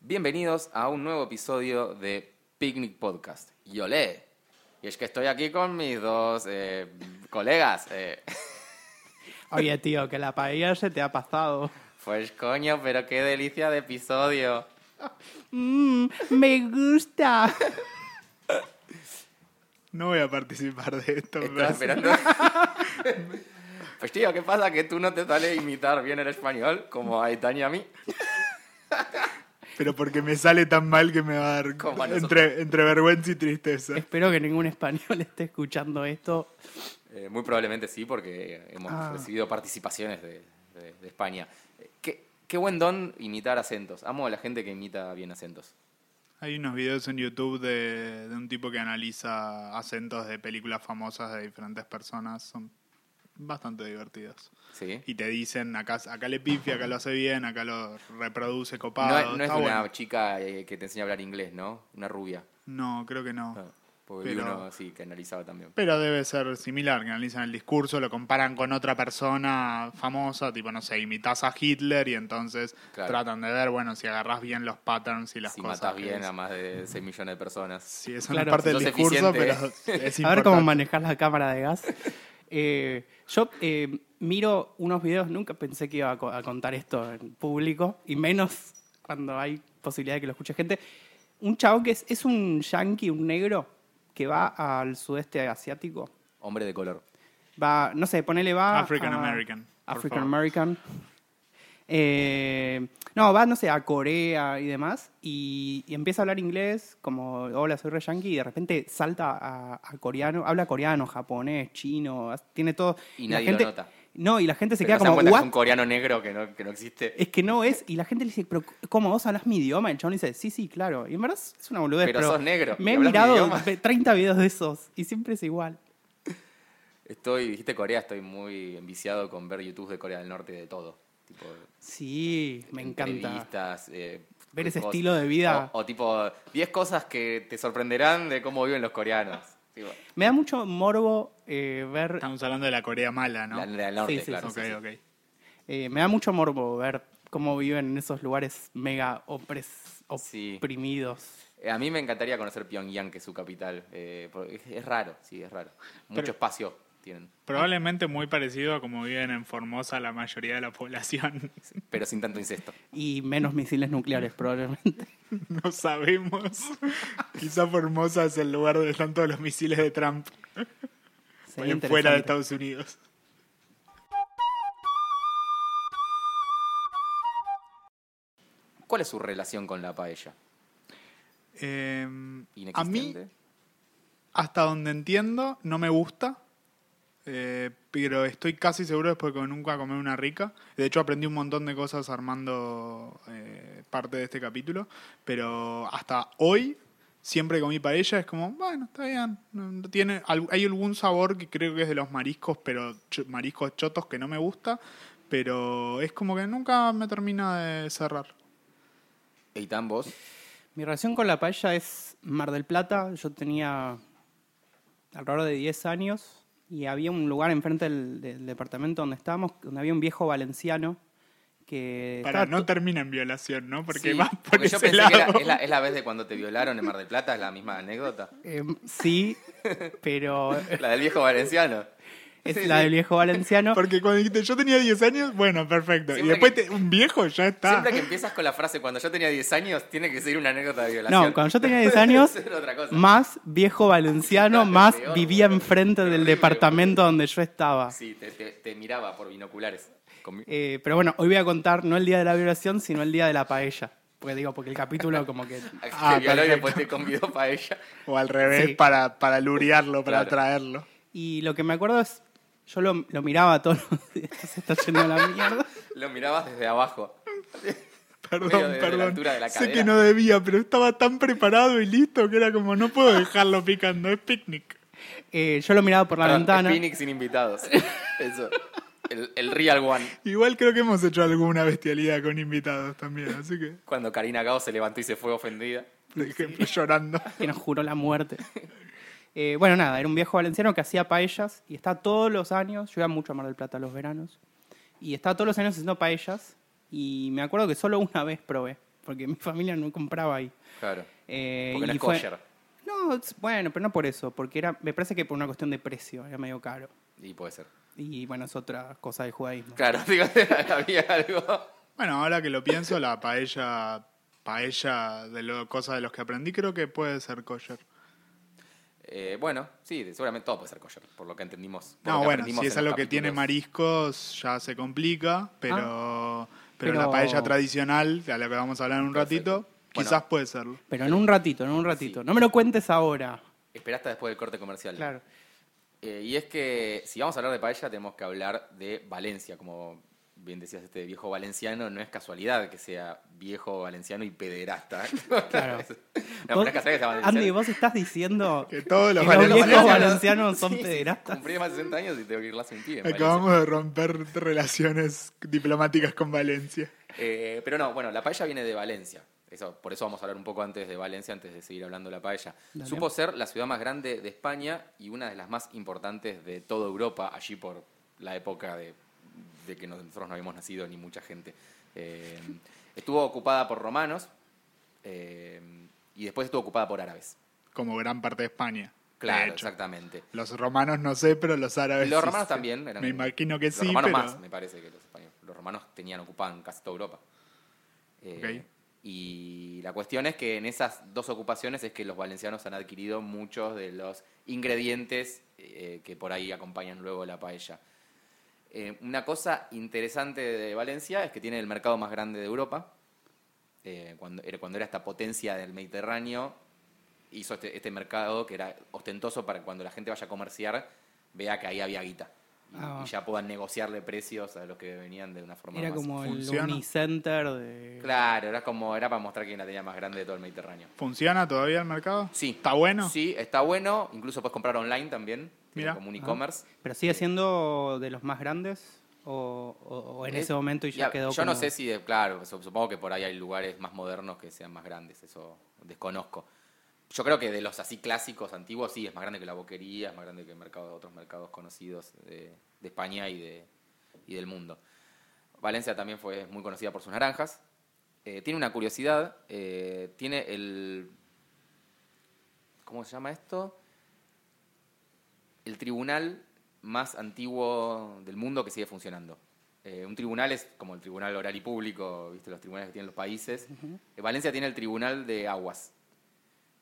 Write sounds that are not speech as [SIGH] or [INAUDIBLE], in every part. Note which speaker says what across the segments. Speaker 1: Bienvenidos a un nuevo episodio de Picnic Podcast. Y olé. Y es que estoy aquí con mis dos eh, colegas. eh. [LAUGHS]
Speaker 2: Oye, tío, que la paella se te ha pasado.
Speaker 1: Pues coño, pero qué delicia de episodio.
Speaker 2: Mmm, me gusta.
Speaker 3: No voy a participar de esto.
Speaker 1: Estaba
Speaker 3: pero-
Speaker 1: esperando. [LAUGHS] pues tío, ¿qué pasa? Que tú no te sale imitar bien el español como a Itania y a mí.
Speaker 3: Pero porque me sale tan mal que me va a dar
Speaker 1: Como a nosotros.
Speaker 3: entre, entre vergüenza y tristeza.
Speaker 2: Espero que ningún español esté escuchando esto.
Speaker 1: Eh, muy probablemente sí, porque hemos
Speaker 2: Ah.
Speaker 1: recibido participaciones de, de- de España. Eh, Qué, qué buen don imitar acentos. Amo a la gente que imita bien acentos.
Speaker 3: Hay unos videos en YouTube de, de un tipo que analiza acentos de películas famosas de diferentes personas. Son bastante divertidos.
Speaker 1: ¿Sí?
Speaker 3: Y te dicen, acá, acá le pifia, acá lo hace bien, acá lo reproduce
Speaker 1: No, no
Speaker 3: copado.
Speaker 1: es
Speaker 3: está
Speaker 1: una
Speaker 3: bueno.
Speaker 1: chica eh, que te enseña a hablar inglés, ¿no? Una rubia.
Speaker 3: No, creo que no.
Speaker 1: Ah, Porque vi
Speaker 3: Pero-
Speaker 1: uno sí que analizaba también.
Speaker 3: Pero debe ser similar, que analizan el discurso, lo comparan con otra persona famosa, tipo, no sé, imitas a Hitler y entonces
Speaker 1: Claro.
Speaker 3: tratan de ver, bueno, si agarras bien los patterns y las
Speaker 1: Si
Speaker 3: cosas.
Speaker 1: matas
Speaker 3: que
Speaker 1: bien
Speaker 3: dice.
Speaker 1: a más
Speaker 3: [LAUGHS]
Speaker 1: de 6 millones de personas.
Speaker 3: Sí, eso
Speaker 2: Claro.
Speaker 3: no es parte
Speaker 1: Sos
Speaker 3: del discurso, pero
Speaker 1: eficiente. ¿eh? [LAUGHS]
Speaker 3: es [LAUGHS]
Speaker 2: A ver cómo
Speaker 3: importante.
Speaker 2: manejar la cámara de gas. Eh, yo eh, miro unos videos, nunca pensé que iba a, co- a contar esto en público, y menos cuando hay posibilidad de que lo escuche gente. Un chavo que es, es un yankee, un negro, que va al sudeste asiático.
Speaker 1: Hombre de color.
Speaker 2: Va, no sé, ponele va.
Speaker 3: African
Speaker 2: a-
Speaker 3: American, por
Speaker 2: African
Speaker 3: favor.
Speaker 2: American. Eh, no, va, no sé, a Corea y demás. Y, y empieza a hablar inglés, como hola, soy re yankee. Y de repente salta a, a coreano, habla coreano, japonés, chino, as- tiene todo.
Speaker 1: Y
Speaker 2: la
Speaker 1: nadie lo
Speaker 2: gente-
Speaker 1: nota.
Speaker 2: No, y la gente se
Speaker 1: Pero
Speaker 2: queda
Speaker 1: no dan
Speaker 2: como,
Speaker 1: cuenta que es un
Speaker 2: ¿what?
Speaker 1: coreano negro que no, que no existe.
Speaker 2: Es que no es. Y la gente le dice, ¿pero cómo vos hablas mi idioma? El chabón le dice, sí, sí, claro. Y en verdad es una boludez.
Speaker 1: Pero sos negro,
Speaker 2: Me
Speaker 1: y
Speaker 2: he
Speaker 1: hablas mi
Speaker 2: mirado
Speaker 1: idioma.
Speaker 2: 30 videos de esos y siempre es igual.
Speaker 1: Estoy, dijiste Corea, estoy muy enviciado con ver YouTube de Corea del Norte de todo. Tipo,
Speaker 2: Sí, me encanta.
Speaker 1: entrevistas, eh,
Speaker 2: Ver ese
Speaker 1: cosas.
Speaker 2: estilo de vida.
Speaker 1: O, o tipo, 10 cosas que te sorprenderán de cómo viven los coreanos. Tipo,
Speaker 2: Me da mucho morbo eh, ver.
Speaker 3: Estamos hablando de la Corea mala, ¿no?
Speaker 1: la- la del norte,
Speaker 2: Sí, sí,
Speaker 1: claro.
Speaker 3: ok,
Speaker 1: sí, sí.
Speaker 3: ok.
Speaker 2: eh, me da mucho morbo ver cómo viven en esos lugares mega opres-
Speaker 1: Sí.
Speaker 2: oprimidos.
Speaker 1: Eh, A mí me encantaría conocer Pyongyang, que es su capital. eh, por- es, es raro, sí, es raro. Mucho
Speaker 3: Pero-
Speaker 1: espacio tienen,
Speaker 3: Probablemente muy parecido a como viven en Formosa la mayoría de la población. [LAUGHS]
Speaker 1: pero sin tanto incesto.
Speaker 2: Y menos misiles nucleares,
Speaker 3: [LAUGHS]
Speaker 2: probablemente.
Speaker 3: No sabemos. [LAUGHS] Quizá Formosa es el lugar donde están todos los misiles de Trump.
Speaker 2: Sería
Speaker 3: Vayan fuera
Speaker 2: interesante.
Speaker 3: de Estados Unidos.
Speaker 1: ¿Cuál es su relación con la paella?
Speaker 3: Eh, a mí,
Speaker 1: ¿Inexistente?
Speaker 3: hasta donde entiendo, no me gusta. eh, pero estoy casi seguro después que nunca comí una rica. De hecho, aprendí un montón de cosas armando eh, parte de este capítulo. Pero hasta hoy, siempre que comí paella, es como, bueno, está bien. no- no tiene, al- hay algún sabor que creo que es de los mariscos, pero ch- mariscos chotos que no me gusta. Pero es como que nunca me termina de cerrar.
Speaker 1: Eitan, vos.
Speaker 2: Mi relación con la paella es Mar del Plata. Yo tenía alrededor de 10 años y había un lugar enfrente del, del departamento donde estábamos, donde había un viejo valenciano que...
Speaker 3: Para
Speaker 2: estaba
Speaker 3: no
Speaker 2: to-
Speaker 3: termina en violación, ¿no? Porque
Speaker 1: Sí,
Speaker 3: va por
Speaker 1: porque yo
Speaker 3: ese
Speaker 1: pensé que era-
Speaker 3: lado.
Speaker 1: es, la, es la vez de cuando te violaron en Mar del Plata, es la misma anécdota.
Speaker 2: Em, sí,
Speaker 3: [LAUGHS]
Speaker 2: pero
Speaker 1: La del viejo valenciano.
Speaker 2: es la del viejo valenciano.
Speaker 3: [LAUGHS] Porque cuando dijiste yo tenía 10 años, bueno, perfecto. y
Speaker 1: Siempre
Speaker 3: después
Speaker 1: que-
Speaker 3: te- un viejo ya está.
Speaker 1: Siempre que empiezas con la frase cuando yo tenía 10 años, tiene que seguir una anécdota de violación.
Speaker 2: No, cuando yo tenía
Speaker 1: [LAUGHS]
Speaker 2: 10 años,
Speaker 1: Era otra cosa.
Speaker 2: más viejo valenciano,
Speaker 1: Claro,
Speaker 2: más
Speaker 1: peor,
Speaker 2: vivía
Speaker 1: boludo.
Speaker 2: enfrente del
Speaker 1: Terrible,
Speaker 2: departamento donde yo estaba.
Speaker 1: Sí, te, te- te miraba por binoculares. Con [LAUGHS] mi-
Speaker 2: Eh, pero bueno, hoy voy a contar no el día de la violación, sino el día de la paella. Porque digo, porque el capítulo como que...
Speaker 3: Ah,
Speaker 1: te violó y
Speaker 3: perfecto.
Speaker 1: después te convidó para ella.
Speaker 3: O al revés,
Speaker 2: Sí.
Speaker 3: para, para lurearlo,
Speaker 1: Claro.
Speaker 3: para atraerlo.
Speaker 2: Y lo que me acuerdo es, yo lo, lo miraba todos los días, [LAUGHS] esto se está yendo a la mierda.
Speaker 1: Lo mirabas desde abajo. Medio
Speaker 3: Perdón,
Speaker 1: de- de la
Speaker 3: perdón.
Speaker 1: altura de la
Speaker 3: sé
Speaker 1: cadera.
Speaker 3: que no debía, pero estaba tan preparado y listo que era como, no puedo dejarlo picando, es picnic.
Speaker 2: Eh, yo lo miraba por la
Speaker 1: Perdón,
Speaker 2: ventana.
Speaker 1: Phoenix sin invitados.
Speaker 2: [LAUGHS]
Speaker 1: Eso. El, el real one.
Speaker 3: Igual creo que hemos hecho alguna bestialidad con invitados también, así que,
Speaker 1: Cuando Karina Gao se levantó y se fue ofendida. [LAUGHS]
Speaker 3: por ejemplo, llorando.
Speaker 2: que nos juró la muerte. [LAUGHS] Eh, bueno, nada, era un viejo valenciano que hacía paellas y está todos los años, yo iba mucho a Mar del Plata los veranos, y estaba todos los años haciendo paellas y me acuerdo que solo una vez probé, porque mi familia no compraba ahí.
Speaker 1: Claro.
Speaker 2: Eh,
Speaker 1: Porque no
Speaker 2: y
Speaker 1: es
Speaker 2: fue-
Speaker 1: kosher.
Speaker 2: No, es- bueno, pero no por eso, porque era, me parece que por una cuestión de precio, era medio caro.
Speaker 1: Y puede ser.
Speaker 2: Y bueno, es otra cosa del judaísmo.
Speaker 1: Claro, [LAUGHS] digo, había algo.
Speaker 3: Bueno, ahora que lo pienso, la paella, paella de lo, cosas de los que aprendí, creo que puede ser kosher.
Speaker 1: Eh, bueno, sí, seguramente todo puede ser kosher, por lo que entendimos. por lo
Speaker 3: No,
Speaker 1: que
Speaker 3: bueno,
Speaker 1: aprendimos
Speaker 3: si
Speaker 1: en
Speaker 3: es
Speaker 1: los
Speaker 3: algo que tiene
Speaker 1: capítulos.
Speaker 3: mariscos, ya se complica, pero,
Speaker 2: Ah,
Speaker 3: pero,
Speaker 2: pero-
Speaker 3: la paella tradicional, a la que vamos a hablar en un
Speaker 1: Perfecto.
Speaker 3: ratito, quizás
Speaker 1: Bueno.
Speaker 3: puede serlo.
Speaker 2: Pero en un ratito, en un ratito.
Speaker 1: Sí.
Speaker 2: No me lo cuentes ahora.
Speaker 1: Esperaste después del corte comercial.
Speaker 2: Claro.
Speaker 1: Eh, y es que si vamos a hablar de paella, tenemos que hablar de Valencia. Como bien decías, este viejo valenciano no es casualidad que sea viejo valenciano y pederasta. [LAUGHS]
Speaker 2: Claro.
Speaker 1: no, pero es casualidad que sea valenciano.
Speaker 2: Andy, vos
Speaker 1: [LAUGHS]
Speaker 2: estás diciendo
Speaker 3: Que todos los
Speaker 2: que los
Speaker 3: valencianos-
Speaker 2: viejos valencianos son
Speaker 1: Sí,
Speaker 2: pederastas.
Speaker 1: Cumplí más de 60 años y tengo que ir a sentir.
Speaker 3: Acabamos de romper relaciones diplomáticas con Valencia.
Speaker 1: Eh, pero no, bueno, la paella viene de Valencia. Eso, por eso vamos a hablar un poco antes de Valencia, antes de seguir hablando de la paella.
Speaker 2: Dale.
Speaker 1: Supo ser la ciudad más grande de España y una de las más importantes de toda Europa, allí por la época de, de que nosotros no habíamos nacido ni mucha gente. Eh, estuvo ocupada por romanos eh, y después estuvo ocupada por árabes.
Speaker 3: Como gran parte de España. de
Speaker 1: Claro,
Speaker 3: hecho.
Speaker 1: exactamente.
Speaker 3: Los romanos no sé, pero los árabes.
Speaker 1: Los
Speaker 3: sí
Speaker 1: romanos
Speaker 3: sé.
Speaker 1: también eran.
Speaker 3: Me imagino que
Speaker 1: los
Speaker 3: sí,
Speaker 1: romanos
Speaker 3: pero.
Speaker 1: más, me parece que los españoles. Los romanos tenían ocupaban casi toda Europa. Eh,
Speaker 3: Ok.
Speaker 1: Y la cuestión es que en esas dos ocupaciones es que los valencianos han adquirido muchos de los ingredientes eh, que por ahí acompañan luego la paella. Eh, una cosa interesante de Valencia es que tiene el mercado más grande de Europa. Eh, cuando, era, cuando era esta potencia del Mediterráneo, hizo este, este mercado que era ostentoso para que cuando la gente vaya a comerciar, vea que ahí había guita. Y,
Speaker 2: Ah.
Speaker 1: y ya puedan negociarle precios a los que venían de una forma
Speaker 2: Era
Speaker 1: más-
Speaker 2: como el
Speaker 3: funciona.
Speaker 2: Unicenter de...
Speaker 1: Claro, era como era para mostrar quién la tenía más grande de todo el Mediterráneo.
Speaker 3: ¿Funciona todavía el mercado?
Speaker 1: Sí.
Speaker 3: ¿Está bueno?
Speaker 1: Sí, está bueno. Incluso puedes comprar online también. tiene
Speaker 3: Mirá.
Speaker 1: Como un
Speaker 2: Ah.
Speaker 1: e-commerce.
Speaker 2: Pero sigue siendo de los más grandes o, o- o en
Speaker 1: Eh,
Speaker 2: ese momento y ya,
Speaker 1: ya,
Speaker 2: quedó
Speaker 1: Yo no
Speaker 2: como-
Speaker 1: sé si, de- claro, su- supongo que por ahí hay lugares más modernos que sean más grandes, eso desconozco. Yo creo que de los así clásicos antiguos, sí, es más grande que la boquería, es más grande que mercados, otros mercados conocidos de, de España y, de, y del mundo. Valencia también fue muy conocida por sus naranjas. Eh, tiene una curiosidad, eh, tiene el... ¿Cómo se llama esto? el tribunal más antiguo del mundo que sigue funcionando. Eh, un tribunal es como el tribunal oral y público, ¿viste? los tribunales que tienen los países. Eh, Valencia tiene el tribunal de aguas,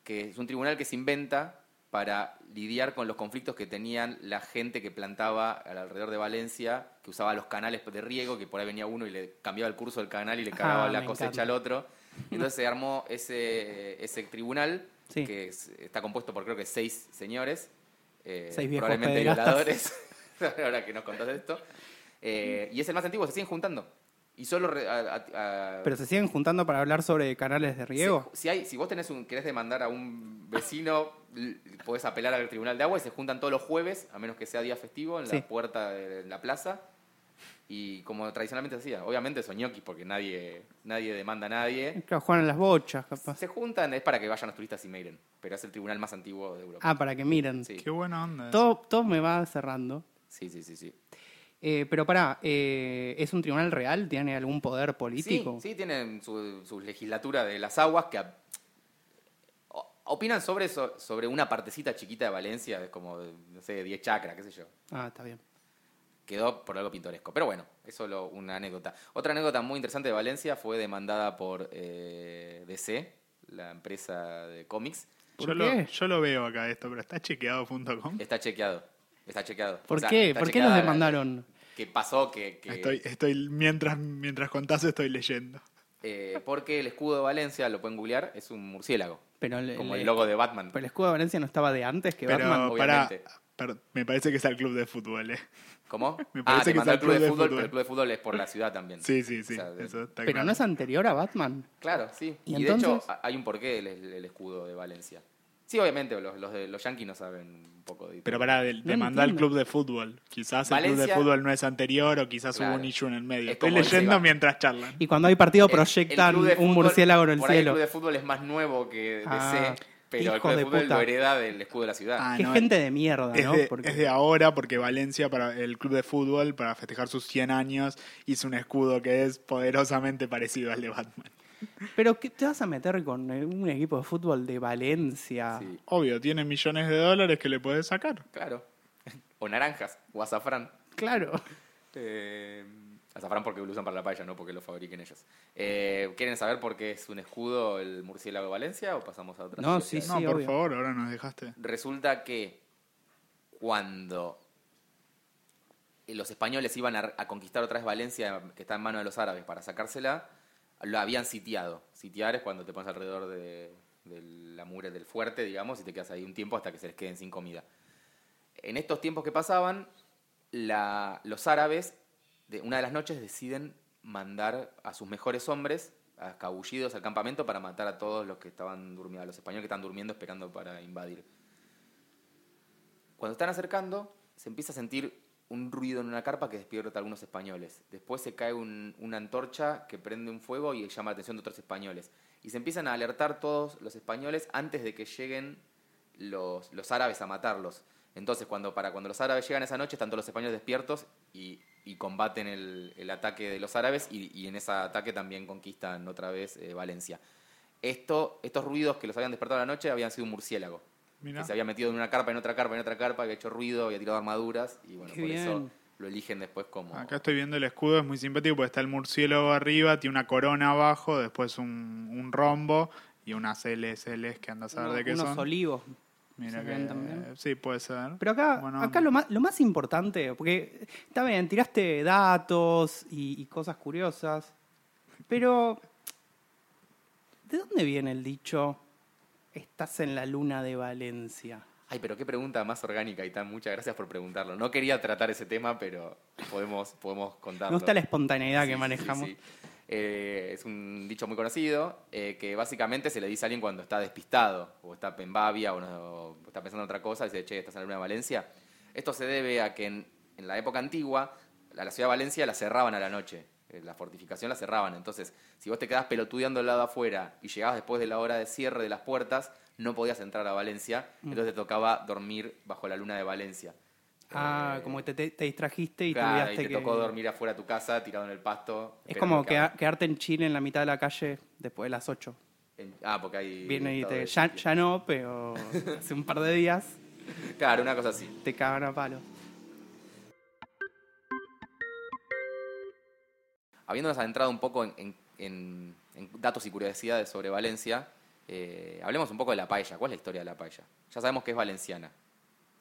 Speaker 1: que es un tribunal que se inventa para lidiar con los conflictos que tenían la gente que plantaba al alrededor de Valencia, que usaba los canales de riego, que por ahí venía uno y le cambiaba el curso del canal y le cagaba
Speaker 2: Ah,
Speaker 1: la
Speaker 2: me
Speaker 1: cosecha
Speaker 2: encanta.
Speaker 1: al otro. Entonces se armó ese, ese tribunal
Speaker 2: Sí.
Speaker 1: que es- está compuesto por creo que seis señores, eh,
Speaker 2: Seis viejos
Speaker 1: probablemente
Speaker 2: pederastas.
Speaker 1: violadores, [LAUGHS] ahora que nos contás esto. Eh, y es el más antiguo, se siguen juntando. Y solo... re- a- a- a-
Speaker 2: Pero se siguen juntando para hablar sobre canales de riego.
Speaker 1: si, si hay, si vos tenés un, querés demandar a un vecino, l- podés apelar al Tribunal de Agua y se juntan todos los jueves, a menos que sea día festivo, en
Speaker 2: Sí.
Speaker 1: la puerta de la plaza. Y como tradicionalmente se hacía, obviamente son ñoquis porque nadie, nadie demanda a nadie.
Speaker 2: Claro, juegan a las bochas, capaz.
Speaker 1: Se juntan, es para que vayan los turistas y migren, pero es el tribunal más antiguo de Europa.
Speaker 2: Ah, para que miren.
Speaker 1: Sí.
Speaker 3: Qué buena onda.
Speaker 2: Todo, todo me va cerrando.
Speaker 1: Sí, sí, sí, sí.
Speaker 2: Eh, pero pará, eh, ¿es un tribunal real? ¿Tiene algún poder político?
Speaker 1: Sí, sí, tienen su, su legislatura de las aguas que a- o- opinan sobre eso, sobre una partecita chiquita de Valencia, es como, no sé, 10 chacras, qué sé yo.
Speaker 2: Ah, está bien.
Speaker 1: Quedó por algo pintoresco. Pero bueno, es solo una anécdota. Otra anécdota muy interesante de Valencia fue demandada por eh, DC, la empresa de cómics.
Speaker 2: ¿Por
Speaker 3: yo, lo,
Speaker 2: qué?
Speaker 3: yo lo veo acá esto, pero está chequeado.com.
Speaker 1: Está chequeado. Está chequeado.
Speaker 2: ¿Por
Speaker 1: O sea,
Speaker 2: qué?
Speaker 1: está
Speaker 2: ¿Por qué los
Speaker 1: chequeada la-
Speaker 2: demandaron?
Speaker 1: ¿Qué pasó? Que, que-
Speaker 3: Estoy, estoy, mientras, mientras contás, estoy leyendo.
Speaker 1: eh, porque el escudo de Valencia, lo pueden googlear, es un murciélago.
Speaker 2: Pero el,
Speaker 1: Como
Speaker 2: el-
Speaker 1: el logo de Batman.
Speaker 2: pero el escudo de Valencia no estaba de antes que Batman.
Speaker 3: Pero para,
Speaker 1: obviamente.
Speaker 3: me parece que es al club de fútbol, ¿eh?
Speaker 1: ¿Cómo?
Speaker 3: Me
Speaker 1: ah,
Speaker 3: parece
Speaker 1: te
Speaker 3: que
Speaker 1: mandó
Speaker 3: es
Speaker 1: el club de, fútbol, pero el club de fútbol es por la ciudad también.
Speaker 3: Sí, sí, sí.
Speaker 1: O sea, de-
Speaker 3: eso está
Speaker 2: Pero
Speaker 3: claro.
Speaker 2: no es anterior a Batman.
Speaker 1: Claro, sí.
Speaker 2: ¿Y
Speaker 1: Y, de hecho,
Speaker 2: entonces?
Speaker 1: a- hay un porqué el, el escudo de Valencia. Sí, obviamente, los, los, de- los yanquis no saben un poco de...
Speaker 3: Pero para, de, demandar al
Speaker 2: entiendo.
Speaker 3: club de fútbol. Quizás el
Speaker 1: Valencia-
Speaker 3: club de fútbol no es anterior o quizás
Speaker 1: Claro.
Speaker 3: hubo un issue en el medio.
Speaker 1: Es
Speaker 3: Estoy
Speaker 1: como el
Speaker 3: leyendo
Speaker 1: Seba.
Speaker 3: mientras charlan.
Speaker 2: Y cuando hay partido
Speaker 1: El- el
Speaker 2: proyectan
Speaker 1: club de
Speaker 2: un
Speaker 1: fútbol-
Speaker 2: murciélago en el
Speaker 1: por ahí
Speaker 2: cielo.
Speaker 1: el club de fútbol es más nuevo que DC.
Speaker 2: Ah,
Speaker 1: Pero el
Speaker 2: Hijo
Speaker 1: club de
Speaker 2: de
Speaker 1: fútbol
Speaker 2: puta.
Speaker 1: lo hereda del escudo de la ciudad.
Speaker 3: Ah,
Speaker 2: Qué
Speaker 3: no,
Speaker 2: gente de mierda,
Speaker 3: Es,
Speaker 2: ¿no?
Speaker 3: de,
Speaker 2: Porque-
Speaker 3: es de ahora porque Valencia, para el club de fútbol, para festejar sus 100 años, hizo un escudo que es poderosamente parecido al de Batman.
Speaker 2: Pero ¿qué te vas a meter con eh, un equipo de fútbol de Valencia?
Speaker 1: Sí,
Speaker 3: Obvio, tiene millones de dólares que le puedes sacar.
Speaker 1: claro. [LAUGHS] O naranjas, o azafrán.
Speaker 2: Claro.
Speaker 1: Eh, azafrán porque lo usan para la paella, no porque lo fabriquen ellos. Eh, ¿Quieren saber por qué es un escudo el murciélago de Valencia o pasamos a otra?
Speaker 2: No,
Speaker 1: curiosidad?
Speaker 2: Sí,
Speaker 3: No, por
Speaker 2: obvio.
Speaker 3: favor, ahora nos dejaste.
Speaker 1: Resulta que cuando los españoles iban a, a conquistar otra vez Valencia, que está en manos de los árabes, para sacársela, lo habían sitiado. Sitiar es cuando te pones alrededor de, de la mure del fuerte, digamos, y te quedas ahí un tiempo hasta que se les queden sin comida. En estos tiempos que pasaban, la- los árabes, de, una de las noches, deciden mandar a sus mejores hombres escabullidos al campamento para matar a todos los que estaban durmiendo, a los españoles que están durmiendo esperando para invadir. Cuando están acercando, se empieza a sentir un ruido en una carpa que despierta a algunos españoles. Después se cae un- una antorcha que prende un fuego y llama la atención de otros españoles. Y se empiezan a alertar todos los españoles antes de que lleguen los, los árabes a matarlos. Entonces, cuando, para cuando los árabes llegan esa noche, están todos los españoles despiertos y, y combaten el, el ataque de los árabes y, y en ese ataque también conquistan otra vez eh, Valencia. Esto, estos ruidos que los habían despertado a la noche habían sido un murciélago
Speaker 3: Mira.
Speaker 1: que se había metido en una carpa, en otra carpa, en otra carpa, había hecho ruido, había tirado armaduras y bueno,
Speaker 2: Qué
Speaker 1: por eso
Speaker 2: bien.
Speaker 1: lo eligen después como...
Speaker 3: Acá estoy viendo el escudo, es muy simpático porque está el murciélago arriba, tiene una corona abajo, después un, un rombo y unas Ls, Ls que andas a saber
Speaker 2: Uno-
Speaker 3: de qué
Speaker 2: unos
Speaker 3: son.
Speaker 2: olivos.
Speaker 3: Mira
Speaker 2: se
Speaker 3: que,
Speaker 2: ven también.
Speaker 3: sí, puede ser.
Speaker 2: Pero acá,
Speaker 3: Bueno,
Speaker 2: acá lo, más, lo más importante, porque está bien, tiraste datos y, y cosas curiosas, pero ¿de dónde viene el dicho estás en la luna de Valencia?
Speaker 1: Ay, pero qué pregunta más orgánica y tan, muchas gracias por preguntarlo. No quería tratar ese tema, pero podemos, podemos contarlo.
Speaker 2: Me gusta la espontaneidad
Speaker 1: Sí,
Speaker 2: que
Speaker 1: sí,
Speaker 2: manejamos.
Speaker 1: sí, sí. Eh, es un dicho muy conocido eh, que básicamente se le dice a alguien cuando está despistado o está en babia o, no- o está pensando en otra cosa y dice, che, estás en la luna de Valencia. Esto se debe a que en, en la época antigua a la ciudad de Valencia la cerraban a la noche. eh, La fortificación la cerraban. Entonces, si vos te quedás pelotudeando al lado afuera y llegabas después de la hora de cierre de las puertas, no podías entrar a Valencia.
Speaker 2: Mm.
Speaker 1: Entonces te tocaba dormir bajo la luna de Valencia.
Speaker 2: Ah,
Speaker 1: Eh,
Speaker 2: como que te, te- te distrajiste y te
Speaker 1: Claro,
Speaker 2: olvidaste
Speaker 1: y te
Speaker 2: que...
Speaker 1: tocó dormir afuera de tu casa, tirado en el pasto.
Speaker 2: Es
Speaker 1: esperando
Speaker 2: como
Speaker 1: que
Speaker 2: queda-
Speaker 1: abra.
Speaker 2: quedarte en Chile en la mitad de la calle después de las 8.
Speaker 1: En- Ah, porque ahí...
Speaker 2: Viene y
Speaker 1: estado
Speaker 2: te...
Speaker 1: de
Speaker 2: Ya,
Speaker 1: sitio.
Speaker 2: ya no, pero hace un par de días
Speaker 1: Claro, una cosa así.
Speaker 2: te cagan a palos.
Speaker 1: Habiéndonos adentrado un poco en, en- en- en datos y curiosidades sobre Valencia, eh, hablemos un poco de la paella. ¿Cuál es la historia de la paella? Ya sabemos que es valenciana.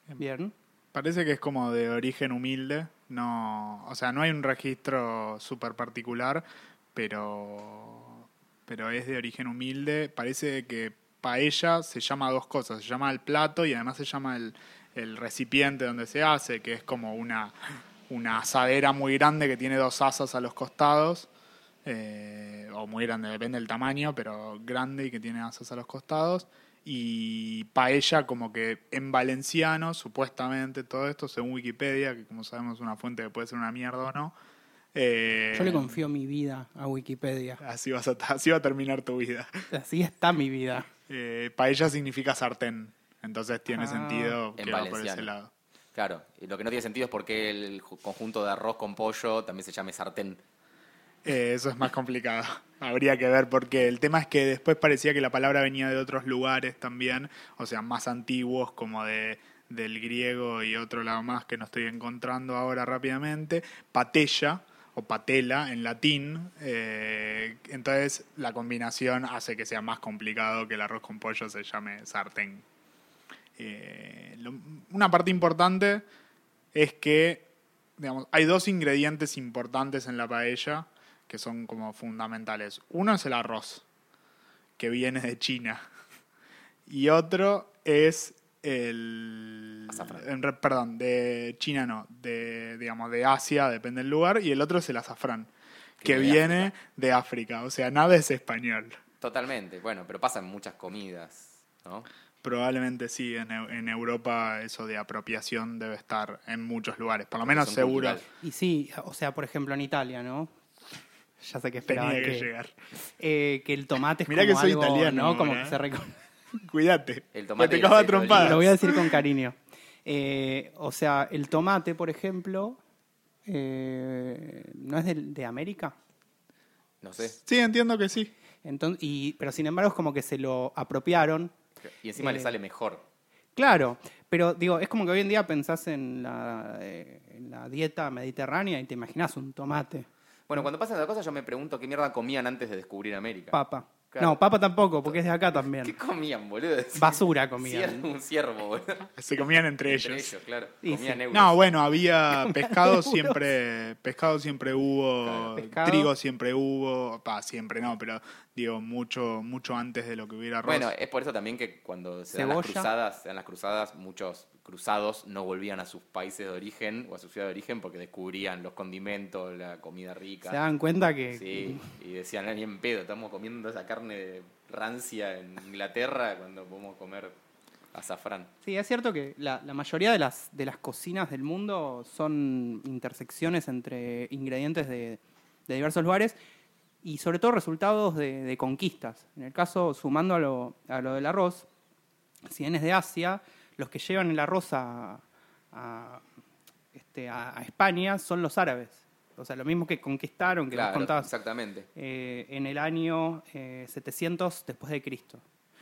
Speaker 2: Bien.
Speaker 3: Parece que es como de origen humilde, no, o sea, no hay un registro súper particular, pero, pero es de origen humilde. Parece que paella se llama dos cosas, se llama el plato y además se llama el, el recipiente donde se hace, que es como una, una asadera muy grande que tiene dos asas a los costados, eh, o muy grande, depende del tamaño, pero grande y que tiene asas a los costados. Y paella, como que en valenciano, supuestamente, todo esto según Wikipedia, que como sabemos es una fuente que puede ser una mierda o no. eh,
Speaker 2: Yo le confío mi vida a Wikipedia.
Speaker 3: Así, vas a, así va a terminar tu vida.
Speaker 2: Así está mi vida.
Speaker 3: Eh, paella significa sartén, entonces tiene
Speaker 2: Ah.
Speaker 3: sentido
Speaker 1: En
Speaker 3: que va por ese
Speaker 1: valenciano.
Speaker 3: lado.
Speaker 1: Claro, y lo que no tiene sentido es porque el ju- conjunto de arroz con pollo también se llame sartén.
Speaker 3: Eh, eso es más complicado. [LAUGHS] Habría que ver porque el tema es que después parecía que la palabra venía de otros lugares también, o sea, más antiguos como de del griego y otro lado más que no estoy encontrando ahora rápidamente, patella o patela en latín, eh, entonces la combinación hace que sea más complicado que el arroz con pollo se llame sartén. Eh, lo- una parte importante es que digamos, hay dos ingredientes importantes en la paella que son como fundamentales. Uno es el arroz, que viene de China. Y otro es el...
Speaker 1: Azafrán.
Speaker 3: en re- perdón, de China no, de, digamos, de Asia, depende del lugar. Y el otro es el azafrán,
Speaker 1: Que
Speaker 3: que,
Speaker 1: viene de
Speaker 3: viene de África. O sea, nada es español.
Speaker 1: Totalmente, bueno, pero pasan muchas comidas, ¿no?
Speaker 3: Probablemente sí, en, Eu- en Europa eso de apropiación debe estar en muchos lugares, por lo menos
Speaker 1: Son
Speaker 3: seguro
Speaker 1: cultural.
Speaker 2: Y sí, o sea, por ejemplo en Italia, ¿no? Ya sé que esperaban
Speaker 3: tenía que
Speaker 2: que,
Speaker 3: llegar. [LAUGHS]
Speaker 2: eh, que el tomate es
Speaker 3: Mirá
Speaker 2: como
Speaker 3: que soy
Speaker 2: algo,
Speaker 3: italiano
Speaker 2: ¿no? Como
Speaker 3: ahora,
Speaker 2: que [LAUGHS]
Speaker 3: ¿eh?
Speaker 2: se reconoce.
Speaker 3: Cuídate.
Speaker 1: El
Speaker 3: porque
Speaker 1: tomate
Speaker 3: te
Speaker 1: y el
Speaker 3: cago a
Speaker 1: aceite de
Speaker 3: trompadas.
Speaker 2: Lo voy a decir con cariño. Eh, o sea, el tomate, por ejemplo, eh, no es del- de, América.
Speaker 1: No sé.
Speaker 3: Sí, entiendo que sí.
Speaker 2: Entonces, y, pero sin embargo es como que se lo apropiaron.
Speaker 1: Y encima le
Speaker 2: Eh.
Speaker 1: sale mejor.
Speaker 2: Claro, pero digo, es como que hoy en día pensás en la, eh, en la dieta mediterránea y te imaginás un tomate,
Speaker 1: Bueno, cuando pasan esas cosas yo me pregunto qué mierda comían antes de descubrir América.
Speaker 2: papa.
Speaker 1: Claro.
Speaker 2: No, papa tampoco, porque es de acá
Speaker 1: ¿Qué
Speaker 2: también.
Speaker 1: comían, boludo? [LAUGHS]
Speaker 2: Basura comían.
Speaker 1: Cier- Un ciervo, boludo.
Speaker 3: Se comían entre
Speaker 1: Entre
Speaker 3: ellos.
Speaker 1: ellos, claro.
Speaker 2: Y
Speaker 1: comían
Speaker 2: sí.
Speaker 1: euros.
Speaker 3: No,
Speaker 2: [LAUGHS]
Speaker 3: bueno, había pescado
Speaker 2: euros.
Speaker 3: siempre, pescado siempre hubo,
Speaker 1: Claro.
Speaker 2: Pescado.
Speaker 3: trigo siempre hubo, pa, siempre no, pero digo mucho, mucho antes de lo que hubiera arroz.
Speaker 1: Bueno, es por eso también que cuando se dan las
Speaker 2: Cebolla.
Speaker 1: cruzadas, se dan las cruzadas, muchos cruzados no volvían a sus países de origen o a su ciudad de origen porque descubrían los condimentos, la comida rica.
Speaker 2: Se dan cuenta que
Speaker 1: Sí, y decían, "Ah, ni en pedo, estamos comiendo esa carne rancia en Inglaterra cuando podemos comer azafrán.
Speaker 2: Sí, es cierto que la, la mayoría de las, de las cocinas del mundo son intersecciones entre ingredientes de, de diversos lugares y sobre todo resultados de, de conquistas. En el caso, sumando a lo, a lo del arroz, si vienes de Asia, los que llevan el arroz a, a, este, a- a España son los árabes. O sea, lo mismo que conquistaron, que nos
Speaker 1: Claro,
Speaker 2: contabas
Speaker 1: exactamente.
Speaker 2: eh, en el año eh, 700 después de Cristo.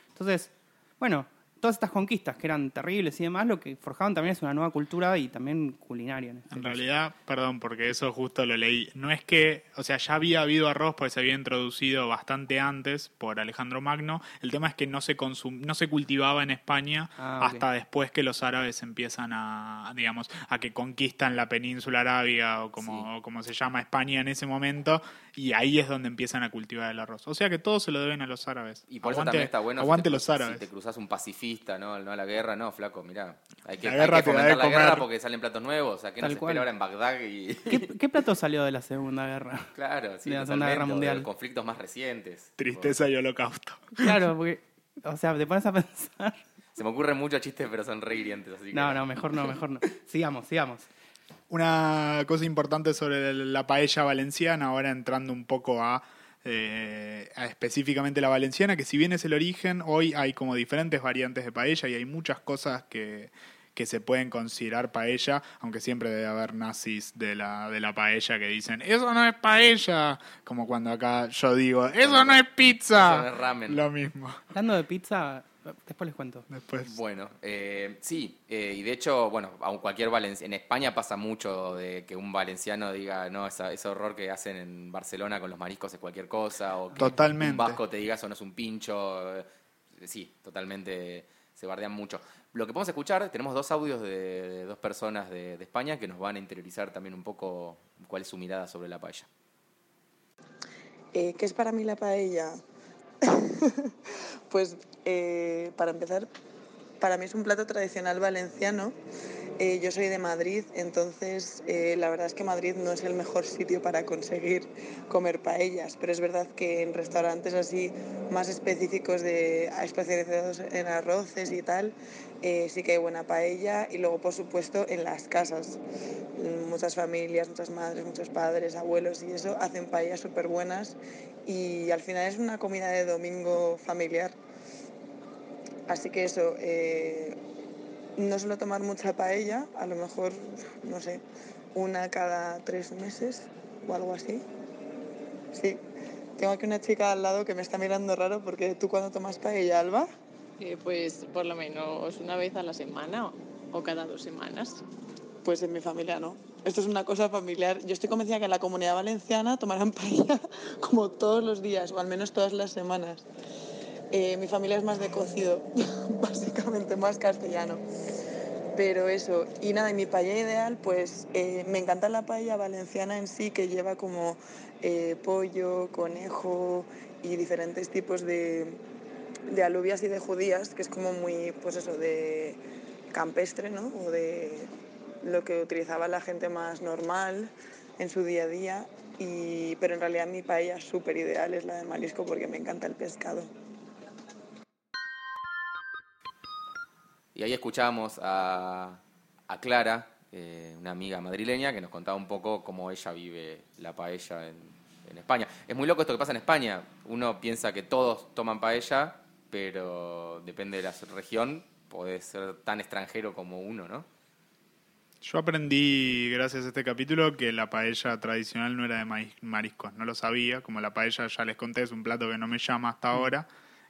Speaker 2: Entonces, bueno, todas estas conquistas que eran terribles y demás, lo que forjaban también es una nueva cultura y también culinaria. en este
Speaker 3: En
Speaker 2: caso.
Speaker 3: realidad, perdón, porque eso justo lo leí. No es que, o sea, ya había habido arroz porque se había introducido bastante antes por Alejandro Magno. El tema es que no se consum- no se cultivaba en España
Speaker 2: Ah, ok.
Speaker 3: hasta después que los árabes empiezan a, digamos, a que conquistan la península arábiga o como,
Speaker 1: Sí.
Speaker 3: o como se llama España en ese momento. Y ahí es donde empiezan a cultivar el arroz. O sea que todo se lo deben a los árabes.
Speaker 1: Y por eso
Speaker 3: Aguante-
Speaker 1: también está bueno si
Speaker 3: Aguante
Speaker 1: te-
Speaker 3: los árabes.
Speaker 1: si te cruzas un pacifista, ¿no? No a la guerra, no, flaco, mirá. Hay que,
Speaker 3: La
Speaker 1: hay
Speaker 3: guerra
Speaker 1: que
Speaker 3: te da de
Speaker 1: fomentar la guerra
Speaker 3: comer.
Speaker 1: porque salen platos nuevos. O sea, que nos
Speaker 2: Tal
Speaker 1: espera
Speaker 2: cual.
Speaker 1: ahora en Bagdad y... [LAUGHS]
Speaker 2: ¿Qué, qué plato salió de la Segunda Guerra?
Speaker 1: Claro, sí,
Speaker 2: De la Segunda
Speaker 1: totalmente,
Speaker 2: Guerra
Speaker 1: o de
Speaker 2: Mundial.
Speaker 1: los conflictos más recientes.
Speaker 3: Tristeza y holocausto.
Speaker 2: [LAUGHS] Claro, porque, o sea, te pones a pensar.
Speaker 1: Se me ocurren muchos chistes, pero son reirientes, así que...
Speaker 2: No, no, mejor no, mejor no. Sigamos, sigamos.
Speaker 3: Una cosa importante sobre la paella valenciana, ahora entrando un poco a, eh, a específicamente la valenciana, que si bien es el origen, hoy hay como diferentes variantes de paella y hay muchas cosas que, que se pueden considerar paella, aunque siempre debe haber nazis de la, de la paella que dicen, eso no es paella, como cuando acá yo digo, eso no es pizza.
Speaker 1: Eso no es ramen.
Speaker 3: Lo mismo.
Speaker 2: Hablando de pizza, después les cuento.
Speaker 3: Después.
Speaker 1: Bueno, eh, sí, eh, y de hecho, bueno, a un cualquier valenciano, en España pasa mucho de que un valenciano diga, no, esa- ese horror que hacen en Barcelona con los mariscos es cualquier cosa, o que
Speaker 3: Totalmente.
Speaker 1: un vasco te diga, eso no es un pincho, eh, sí, totalmente se bardean mucho. Lo que podemos escuchar, tenemos dos audios de, de dos personas de, de España que nos van a interiorizar también un poco cuál es su mirada sobre la paella.
Speaker 4: Eh, ¿Qué es para mí la paella? [LAUGHS] pues eh, para empezar, para mí es un plato tradicional valenciano. Eh, yo soy de Madrid, entonces eh, la verdad es que Madrid no es el mejor sitio para conseguir comer paellas, pero es verdad que en restaurantes así más específicos de especializados en arroces y tal, eh, sí que hay buena paella y luego por supuesto en las casas Mm, muchas familias, muchas madres, muchos padres, abuelos y eso hacen paellas súper buenas y al final es una comida de domingo familiar. Así que eso, eh, no suelo tomar mucha paella, a lo mejor, no sé, una cada tres meses o algo así. Sí, tengo aquí una chica al lado que me está mirando raro porque tú cuando tomas paella, Alba,
Speaker 5: Eh, pues por lo menos una vez a la semana o- o cada dos semanas.
Speaker 4: pues en mi familia no. Esto es una cosa familiar. Yo estoy convencida que en la comunidad valenciana tomarán [LAUGHS] paella como todos los días, o al menos todas las semanas. Eh, mi familia es más de cocido, [LAUGHS] básicamente más castellano. Pero eso, y nada, y mi paella ideal, pues eh, me encanta la paella valenciana en sí, que lleva como eh, pollo, conejo y diferentes tipos de, de alubias y de judías, que es como muy, pues eso, de campestre, ¿no? O de lo que utilizaba la gente más normal en su día a día. Y, pero en realidad mi paella súper ideal es la de marisco porque me encanta el pescado.
Speaker 1: Y ahí escuchamos a, a Clara, eh, una amiga madrileña, que nos contaba un poco cómo ella vive la paella en, en España. Es muy loco esto que pasa en España. Uno piensa que todos toman paella pero depende de la región, podés ser tan extranjero como uno, ¿no?
Speaker 3: Yo aprendí, gracias a este capítulo, que la paella tradicional no era de maíz- mariscos. No lo sabía. Como la paella, ya les conté, es un plato que no me llama hasta ahora.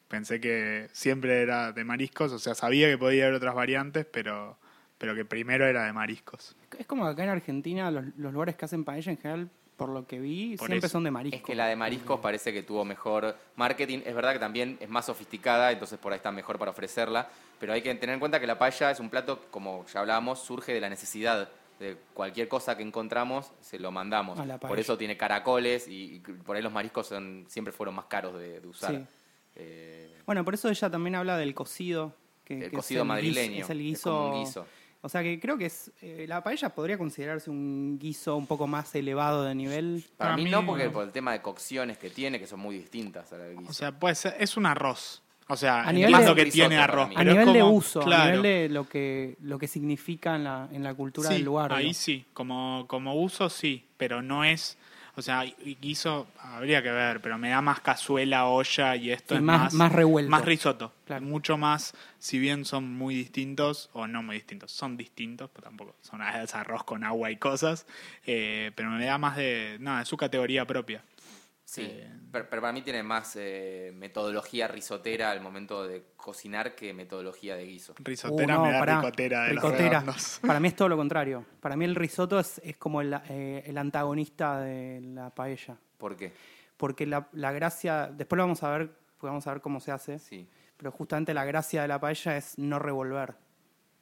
Speaker 3: Pensé que siempre era de mariscos. O sea, sabía que podía haber otras variantes, pero, pero que primero era de mariscos.
Speaker 2: Es como acá en Argentina, los, los lugares que hacen paella en general, por lo que vi,
Speaker 3: Por
Speaker 2: siempre
Speaker 3: eso.
Speaker 2: son de marisco.
Speaker 1: Es que la de mariscos parece que tuvo mejor marketing. Es verdad que también es más sofisticada, entonces por ahí está mejor para ofrecerla. Pero hay que tener en cuenta que la paella es un plato, como ya hablábamos, surge de la necesidad. De cualquier cosa que encontramos, se lo mandamos.
Speaker 2: A la paella.
Speaker 1: Por eso tiene caracoles y, y por ahí los mariscos son, siempre fueron más caros de, de usar.
Speaker 2: Sí.
Speaker 1: Eh,
Speaker 2: Bueno, por eso ella también habla del cocido. Que,
Speaker 1: El
Speaker 2: que es
Speaker 1: cocido
Speaker 2: guis-
Speaker 1: madrileño,
Speaker 2: Es el
Speaker 1: es
Speaker 2: guiso.
Speaker 1: como un guiso.
Speaker 2: O sea que creo que es eh, la paella podría considerarse un guiso un poco más elevado de nivel.
Speaker 1: para
Speaker 3: Para
Speaker 1: mí,
Speaker 3: mí
Speaker 1: no,
Speaker 3: no.
Speaker 1: porque por el tema de cocciones que tiene, que son muy distintas a la del guiso.
Speaker 3: O sea, pues es un arroz. O sea,
Speaker 2: A nivel
Speaker 3: entiendo
Speaker 1: de-
Speaker 3: que tiene
Speaker 1: Risotto para
Speaker 3: arroz.
Speaker 1: mí.
Speaker 2: A
Speaker 3: pero es
Speaker 2: nivel de
Speaker 3: como-
Speaker 2: uso, a
Speaker 3: claro.
Speaker 2: nivel de lo que, lo que significa en la, en la cultura
Speaker 3: Sí,
Speaker 2: del lugar.
Speaker 3: Ahí
Speaker 2: digo.
Speaker 3: sí, como, como uso sí, pero no es. O sea, y- guiso habría que ver, pero me da más cazuela, olla y esto
Speaker 2: Sí,
Speaker 3: es
Speaker 2: más-
Speaker 3: más.
Speaker 2: más revuelto.
Speaker 3: Más risotto.
Speaker 2: Claro.
Speaker 3: Mucho más, si bien son muy distintos, o no muy distintos, son distintos, pero tampoco son ah, es arroz con agua y cosas, eh, pero me da más de. Nada, es su categoría propia.
Speaker 1: Sí,
Speaker 3: Eh,
Speaker 1: pero, pero para mí tiene más eh, metodología risotera al momento de cocinar que metodología de guiso.
Speaker 3: Risotera
Speaker 2: Uh, no,
Speaker 3: me da
Speaker 2: pará,
Speaker 3: ricotera de los
Speaker 2: ricotera.
Speaker 3: redondos.
Speaker 2: [LAUGHS] Para mí es todo lo contrario. Para mí el risotto es, es como el, eh, el antagonista de la paella.
Speaker 1: ¿Por qué?
Speaker 2: Porque la, la gracia, después lo vamos a ver, porque vamos a ver cómo se hace.
Speaker 1: Sí.
Speaker 2: Pero justamente la gracia de la paella es no revolver.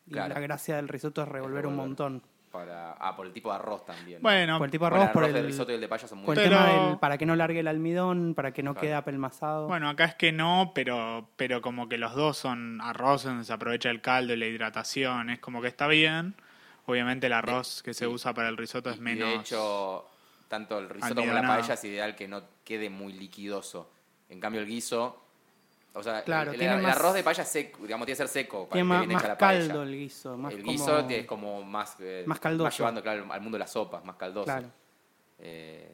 Speaker 2: Y
Speaker 1: Claro.
Speaker 2: la gracia del risotto es revolver, un
Speaker 1: revolver.
Speaker 2: montón.
Speaker 1: Para, ah, por el tipo de arroz también.
Speaker 3: Bueno,
Speaker 2: Por el tipo de
Speaker 1: Bueno,
Speaker 2: arroz, por
Speaker 1: el arroz
Speaker 2: el,
Speaker 1: de risotto y el de paella son muy
Speaker 2: por el
Speaker 3: Pero-
Speaker 2: tema del para que no largue el almidón, para que no
Speaker 1: Claro.
Speaker 2: quede apelmazado.
Speaker 3: Bueno, acá es que no, pero, pero como que los dos son arroz donde se aprovecha el caldo y la hidratación, es como que está bien. Obviamente el arroz que se usa para el risotto es
Speaker 1: Y
Speaker 3: menos.
Speaker 1: De hecho, tanto el risotto como la
Speaker 3: almidonado.
Speaker 1: paella es ideal que no quede muy liquidoso. En cambio, el guiso. O sea,
Speaker 2: Claro,
Speaker 1: el, el-
Speaker 2: tiene
Speaker 1: el
Speaker 2: más-
Speaker 1: arroz de paella es seco, digamos, tiene que ser seco para
Speaker 2: Tiene
Speaker 1: que esté
Speaker 2: más,
Speaker 1: bien
Speaker 2: más
Speaker 1: hecha la paella.
Speaker 2: caldo el guiso. Más
Speaker 1: el guiso
Speaker 2: como-
Speaker 1: es como más. eh,
Speaker 2: más caldoso.
Speaker 1: llevando, claro, al mundo de las sopas, más caldoso.
Speaker 2: Claro.
Speaker 1: Eh,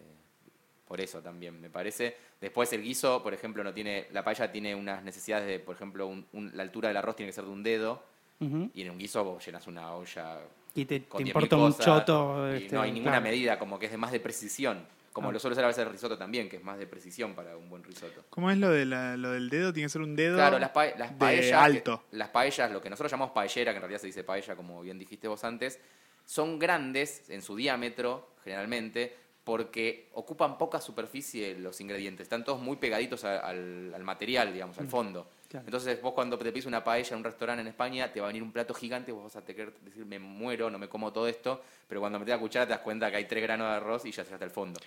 Speaker 1: por eso también, me parece. Después el guiso, por ejemplo, no tiene. La paella tiene unas necesidades de, por ejemplo, un- un- la altura del arroz tiene que ser de un dedo.
Speaker 2: Ujú.
Speaker 1: Y en un guiso vos llenas una olla.
Speaker 2: Y te,
Speaker 1: con
Speaker 2: te
Speaker 1: 10.000
Speaker 2: importa un
Speaker 1: cosas,
Speaker 2: choto.
Speaker 1: Y
Speaker 2: este,
Speaker 1: no hay ninguna
Speaker 2: claro.
Speaker 1: medida, como que es de más de precisión. Como
Speaker 2: Ah.
Speaker 1: lo suele ser a veces el risotto también, que es más de precisión para un buen risotto.
Speaker 3: ¿Cómo es lo, de la- lo del dedo? Tiene que ser un dedo
Speaker 1: Claro, las, pa- las
Speaker 3: de
Speaker 1: paellas. que-
Speaker 3: alto.
Speaker 1: las paellas, lo que nosotros llamamos paellera, que en realidad se dice paella, como bien dijiste vos antes, son grandes en su diámetro, generalmente, porque ocupan poca superficie los ingredientes. Están todos muy pegaditos a- al, al material, digamos,
Speaker 3: Mm,
Speaker 1: al fondo.
Speaker 2: claro.
Speaker 1: Entonces, vos cuando te pides una paella en un restaurante en España, te va a venir un plato gigante, vos vas a tener que decir, me muero, no me como todo esto, pero cuando metes la cuchara te das cuenta que hay tres granos de arroz y ya está el fondo.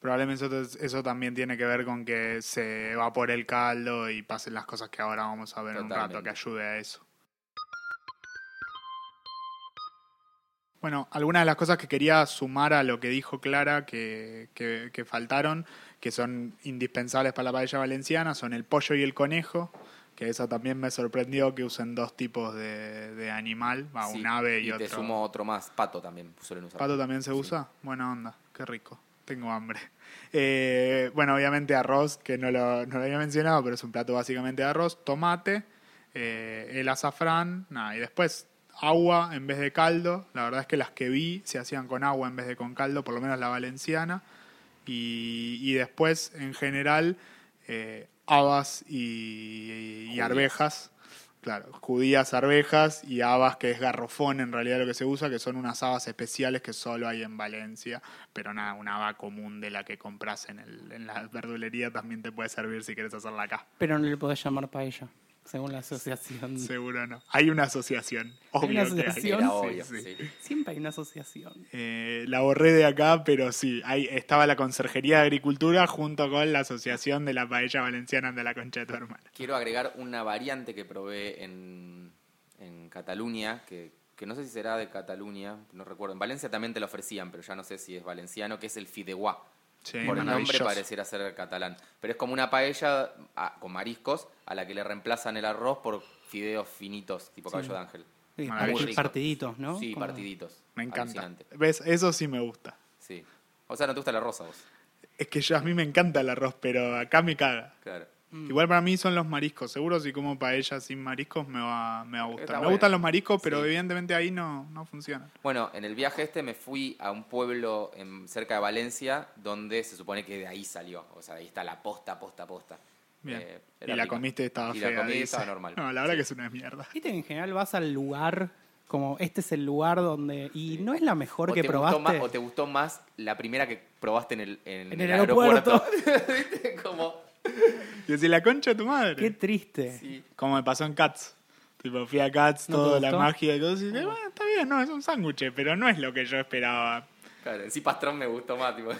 Speaker 3: Probablemente eso, eso también tiene que ver con que se evapore el caldo y pasen las cosas que ahora vamos a ver en un rato,
Speaker 1: Totalmente.
Speaker 3: que ayude a eso. Bueno, algunas de las cosas que quería sumar a lo que dijo Clara que, que- que faltaron, que son indispensables para la paella valenciana, son el pollo y el conejo, que eso también me sorprendió que usen dos tipos de, de animal, va,
Speaker 1: Sí,
Speaker 3: Ah, un ave y,
Speaker 1: y
Speaker 3: otro.
Speaker 1: te sumo otro más, pato también suelen usar.
Speaker 3: ¿Pato también se
Speaker 1: Sí.
Speaker 3: usa? Buena onda, qué rico. Tengo hambre. Eh, bueno, obviamente arroz, que no lo, no lo había mencionado, pero es un plato básicamente de arroz, tomate, eh, el azafrán, nada, y después agua en vez de caldo. La verdad es que las que vi se hacían con agua en vez de con caldo, por lo menos la valenciana. Y, y después, en general, eh, habas y- y- y
Speaker 1: Judías.
Speaker 3: arvejas. Claro, judías, arvejas y habas, que es garrofón en realidad lo que se usa, que son unas habas especiales que solo hay en Valencia, pero nada, una haba común de la que compras en, el- en la verdulería también te puede servir si quieres hacerla acá.
Speaker 2: Pero no le podés llamar paella, según la asociación.
Speaker 3: Seguro no. Hay una asociación, obvio
Speaker 2: Mm. una
Speaker 3: que hay.
Speaker 2: asociación.
Speaker 1: Era
Speaker 2: Sí,
Speaker 1: obvio,
Speaker 3: [LAUGHS] sí.
Speaker 1: sí.
Speaker 2: Siempre hay una asociación.
Speaker 3: Eh, la borré de acá, pero sí, ahí estaba la Conserjería de Agricultura junto con la Asociación de la Paella Valenciana de la Concha de tu Hermana.
Speaker 1: Quiero agregar una variante que probé en, en Cataluña, que, que no sé si será de Cataluña, no recuerdo. En Valencia también te la ofrecían, pero ya no sé si es valenciano, que es el fideuá.
Speaker 3: Sí,
Speaker 1: Por el nombre
Speaker 3: maravilloso.
Speaker 1: pareciera ser catalán. Pero es como una paella ah, con mariscos a la que le reemplazan el arroz por fideos finitos, tipo cabello de ángel.
Speaker 2: Sí,
Speaker 3: Maravilloso.
Speaker 2: par- Partiditos, ¿no?
Speaker 1: Sí,
Speaker 2: Como-
Speaker 1: partiditos.
Speaker 3: Me encanta.
Speaker 1: Alucinante.
Speaker 3: ¿Ves? Eso sí me gusta.
Speaker 1: Sí. O sea, no te gusta la rosa vos.
Speaker 3: Es que yo, a mí me encanta el arroz, pero acá me caga.
Speaker 1: Claro.
Speaker 3: Igual para mí son los mariscos. Seguro si como paella sin mariscos me va, me va a gustar.
Speaker 1: Está
Speaker 3: me
Speaker 1: bueno.
Speaker 3: gustan los mariscos, pero
Speaker 1: Sí. Eh,
Speaker 3: evidentemente ahí no, no funciona.
Speaker 1: Bueno, en el viaje este me fui a un pueblo en- cerca de Valencia donde se supone que de ahí salió. O sea, ahí está la posta, posta, posta.
Speaker 3: Bien.
Speaker 1: Eh,
Speaker 3: y
Speaker 1: era
Speaker 3: la
Speaker 1: rico.
Speaker 3: comiste estaba
Speaker 1: Y
Speaker 3: fea.
Speaker 1: la comí y
Speaker 3: dice.
Speaker 1: estaba normal.
Speaker 3: [LAUGHS] No, la verdad que es una mierda.
Speaker 2: Viste que en general vas al lugar, como este es el lugar donde. Y no es la mejor
Speaker 1: O
Speaker 2: que
Speaker 1: te
Speaker 2: probaste.
Speaker 1: Gustó más, o te gustó más la primera que probaste en el, en
Speaker 2: En
Speaker 1: el
Speaker 2: el
Speaker 1: aeropuerto. [LAUGHS] ¿Viste? Como,
Speaker 3: Y decís, la concha de tu madre.
Speaker 2: Qué triste.
Speaker 1: sí.
Speaker 3: Como me pasó en Cats. Tipo, fui a Cats,
Speaker 2: ¿No te
Speaker 3: toda la
Speaker 2: gustó?
Speaker 3: magia y todo. Y dije, "Bueno, está bien, no, es un sándwich, pero no es lo que yo esperaba.
Speaker 1: Claro, sí, Pastrón me gustó más. tipo.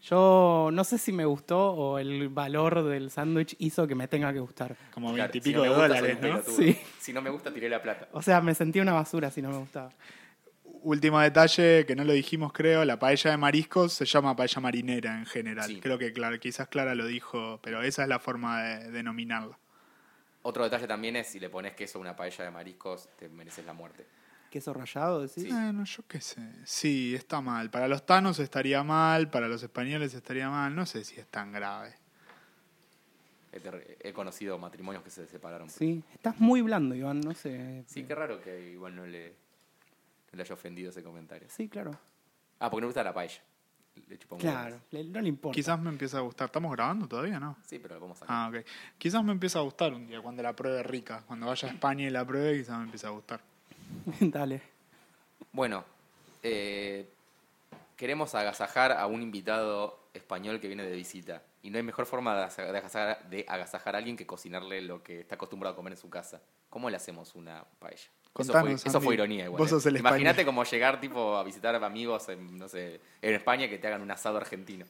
Speaker 2: Yo no sé si me gustó o el valor del sándwich hizo que me tenga que gustar.
Speaker 3: Como
Speaker 1: Claro,
Speaker 3: veintipico
Speaker 1: si no me
Speaker 3: de
Speaker 1: gusta, soy
Speaker 3: dólares,
Speaker 1: un
Speaker 3: ¿no?
Speaker 1: pelotudo.
Speaker 2: Sí.
Speaker 1: Si no me gusta, tiré la plata.
Speaker 2: O sea, me sentí una basura si no me gustaba.
Speaker 3: Último detalle que no lo dijimos, creo, la paella de mariscos se llama paella marinera en general.
Speaker 1: Sí.
Speaker 3: Creo que claro, quizás Clara lo dijo, pero esa es la forma de denominarla.
Speaker 1: Otro detalle también es, si le pones queso a una paella de mariscos, te mereces la muerte.
Speaker 2: Queso rallado, decís.
Speaker 1: Sí.
Speaker 3: Bueno, yo qué sé. Sí, está mal. Para los tanos estaría mal, para los españoles estaría mal. No sé si es tan grave.
Speaker 1: He ter- He conocido matrimonios que se separaron.
Speaker 2: Sí. Estás muy blando, Iván, no sé.
Speaker 1: Sí, qué raro que igual no le, no le haya ofendido ese comentario.
Speaker 2: Sí, claro.
Speaker 1: Ah, porque no le gusta la paella. Le chupa un huevo.
Speaker 2: Claro, le- no le importa.
Speaker 3: Quizás me empieza a gustar. ¿Estamos grabando todavía, no?
Speaker 1: Sí, pero lo vamos a sacar.
Speaker 3: Ah, ok. Quizás me empieza a gustar un día cuando la pruebe rica. Cuando vaya a España y la pruebe, quizás me empieza a gustar.
Speaker 2: [LAUGHS] Dale.
Speaker 1: Bueno, eh, queremos agasajar a un invitado español que viene de visita. Y no hay mejor forma de agasa- de agasajar, de agasajar a alguien que cocinarle lo que está acostumbrado a comer en su casa. ¿Cómo le hacemos una paella?
Speaker 3: Contanos,
Speaker 1: eso, fue, eso
Speaker 3: Andy.
Speaker 1: fue ironía igual.
Speaker 3: Vos
Speaker 1: ¿eh?
Speaker 3: sos el
Speaker 1: Imagínate
Speaker 3: español.
Speaker 1: como llegar tipo a visitar a amigos en, no sé, en España que te hagan un asado argentino.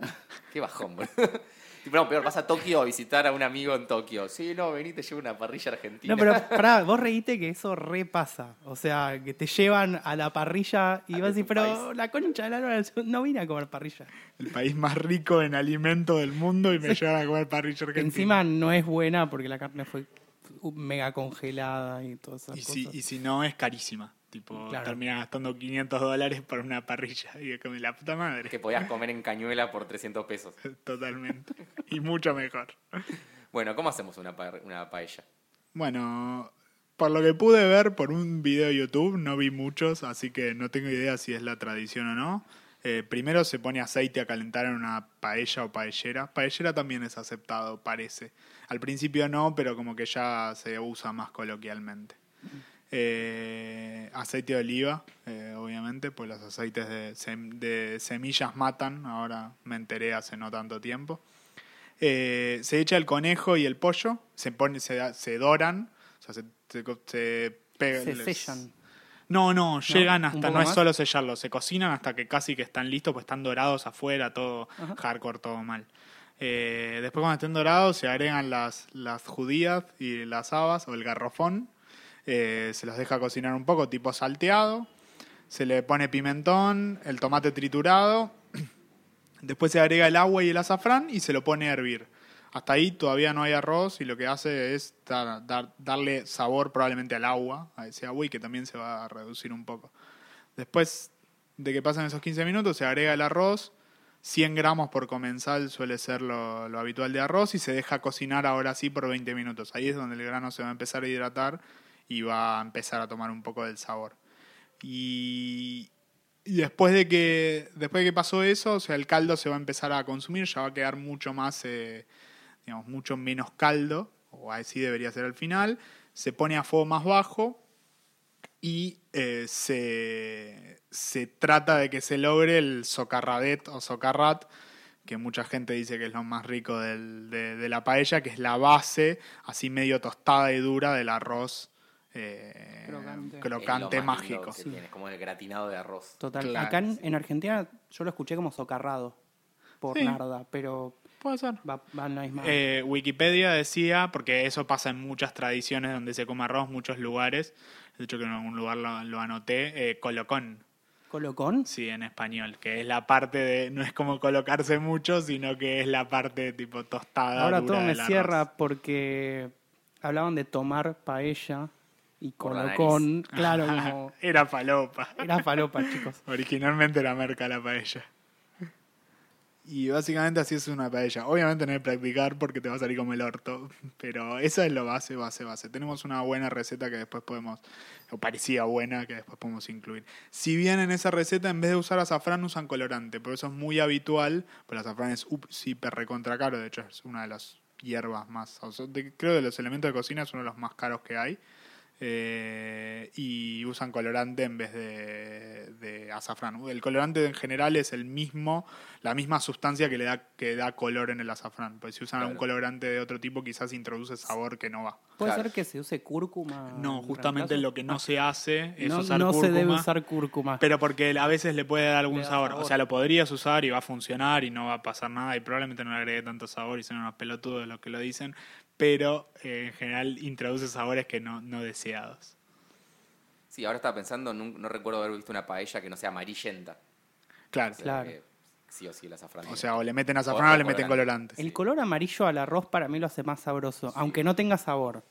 Speaker 1: [LAUGHS] Qué bajón, boludo. [LAUGHS] Tipo, no, peor, vas a Tokio a visitar a un amigo en Tokio. Sí, no, vení, te llevo una parrilla argentina.
Speaker 2: No, pero pará, vos reíste que eso repasa. O sea, que te llevan a la parrilla y
Speaker 1: A
Speaker 2: vas a
Speaker 1: tu
Speaker 2: decir, pero
Speaker 1: país.
Speaker 2: la concha de la lora, yo no vine a comer parrilla.
Speaker 3: El país más rico en alimento del mundo y me llevan a comer parrilla
Speaker 2: Que
Speaker 3: argentina.
Speaker 2: encima no es buena porque la carne fue uh, mega congelada y todas esas
Speaker 3: Y
Speaker 2: cosas.
Speaker 3: si, y si no, es carísima. Tipo,
Speaker 2: Claro.
Speaker 3: termina gastando 500 dólares por una parrilla. Y es como la puta
Speaker 1: [LAUGHS]
Speaker 3: madre.
Speaker 1: Que podías comer en cañuela por 300 pesos.
Speaker 3: [LAUGHS] Totalmente. y mucho mejor.
Speaker 1: Bueno, ¿cómo hacemos una, par- una paella?
Speaker 3: Bueno, por lo que pude ver por un video de YouTube, no vi muchos, así que no tengo idea si es la tradición o no. Eh, primero se pone aceite a calentar en una paella o paellera. Paellera también es aceptado, parece. Al principio no, pero como que ya se usa más coloquialmente. Eh, aceite de oliva, eh, obviamente, pues los aceites de, sem- de semillas matan, ahora me enteré hace no tanto tiempo. Eh, se echa el conejo y el pollo, se, pone, se, da- se doran, o sea, se, se co- se pegan-
Speaker 2: Se
Speaker 3: les-
Speaker 2: sellan.
Speaker 3: No, no, llegan
Speaker 2: ¿Un
Speaker 3: hasta,
Speaker 2: poco
Speaker 3: no es
Speaker 2: más?
Speaker 3: solo sellarlos, se cocinan hasta que casi que están listos, pues están dorados afuera, todo hardcore, todo mal. Eh, después cuando estén dorados se agregan las, las judías y las habas o el garrofón, Eh, se los deja cocinar un poco, tipo salteado, se le pone pimentón, el tomate triturado, [CLEARS THROAT] Después se agrega el agua y el azafrán y se lo pone a hervir. Hasta ahí todavía no hay arroz y lo que hace es dar- dar- darle sabor probablemente al agua, a ese agua y que también se va a reducir un poco. Después de que pasan esos 15 minutos se agrega el arroz, 100 gramos por comensal suele ser lo, lo habitual de arroz y se deja cocinar ahora sí por 20 minutos. Ahí es donde el grano se va a empezar a hidratar y va a empezar a tomar un poco del sabor. Y, y después de que después de que pasó eso, o sea, el caldo se va a empezar a consumir, ya va a quedar mucho más, eh, digamos, mucho menos caldo, o así debería ser al final. Se pone a fuego más bajo y eh, se, se trata de que se logre el socarradet o socarrat, que mucha gente dice que es lo más rico del- de, de la paella, que es la base así medio tostada y dura del arroz eh,
Speaker 2: Crocante.
Speaker 3: crocante,
Speaker 1: Es lo más lindo
Speaker 3: mágico.
Speaker 1: que tiene, es como el gratinado de arroz.
Speaker 2: Total.
Speaker 3: Claro,
Speaker 2: Acá en, en Argentina yo lo escuché como socarrado por
Speaker 3: Sí.
Speaker 2: Narda, pero
Speaker 3: Puede ser.
Speaker 2: va, va en la misma.
Speaker 3: Eh, Wikipedia decía, porque eso pasa en muchas tradiciones donde se come arroz, muchos lugares. De hecho, que en algún lugar lo, lo anoté, eh, colocón,
Speaker 2: ¿Colocón?
Speaker 3: sí, en español, que es la parte de. No es como colocarse mucho, sino que es la parte tipo tostada.
Speaker 2: Ahora
Speaker 3: dura
Speaker 2: todo me
Speaker 3: del arroz.
Speaker 2: cierra porque hablaban de tomar paella y
Speaker 1: Por la
Speaker 3: [LAUGHS]
Speaker 2: colocón. Claro, como.
Speaker 3: Era falopa. [LAUGHS]
Speaker 2: Era falopa, chicos.
Speaker 3: Originalmente era merca la paella. Y básicamente así es una paella. Obviamente no hay que practicar porque te va a salir como el orto, pero esa es la base, base, base. Tenemos una buena receta que después podemos, o parecía buena, que después podemos incluir. Si bien en esa receta en vez de usar azafrán usan colorante, pero eso es muy habitual, pero el azafrán es up- sí, hiper recontra caro, de hecho es una de las hierbas más, o sea, de- creo de los elementos de cocina es uno de los más caros que hay. Eh, y usan colorante en vez de, de azafrán. El colorante en general es el mismo, la misma sustancia que le da, que da color en el azafrán. Pues si usan
Speaker 1: Claro.
Speaker 3: algún colorante de otro tipo, quizás introduce sabor que no va.
Speaker 2: ¿Puede
Speaker 1: Claro.
Speaker 2: ser que se use cúrcuma?
Speaker 3: No, justamente lo que no se hace es
Speaker 2: Ah. no,
Speaker 3: usar
Speaker 2: no
Speaker 3: cúrcuma.
Speaker 2: se debe usar cúrcuma.
Speaker 3: Pero porque a veces le puede dar algún
Speaker 2: Le da
Speaker 3: sabor. O
Speaker 2: sabor.
Speaker 3: sea, lo podrías usar y va a funcionar y no va a pasar nada y probablemente no le agregue tanto sabor y son unos pelotudos los que lo dicen. Pero eh, en general introduce sabores que no, no deseados.
Speaker 1: Sí, ahora estaba pensando, nun- no, recuerdo haber visto una paella que no sea amarillenta.
Speaker 3: Claro.
Speaker 1: O sea,
Speaker 2: Claro.
Speaker 1: que sí o sí el azafrán.
Speaker 3: O
Speaker 1: tiene-
Speaker 3: sea, o le meten azafrán o,
Speaker 1: O- o
Speaker 3: le meten colorante.
Speaker 1: colorante.
Speaker 2: el
Speaker 1: sí.
Speaker 2: color amarillo al arroz para mí lo hace más sabroso, aunque no tenga sabor.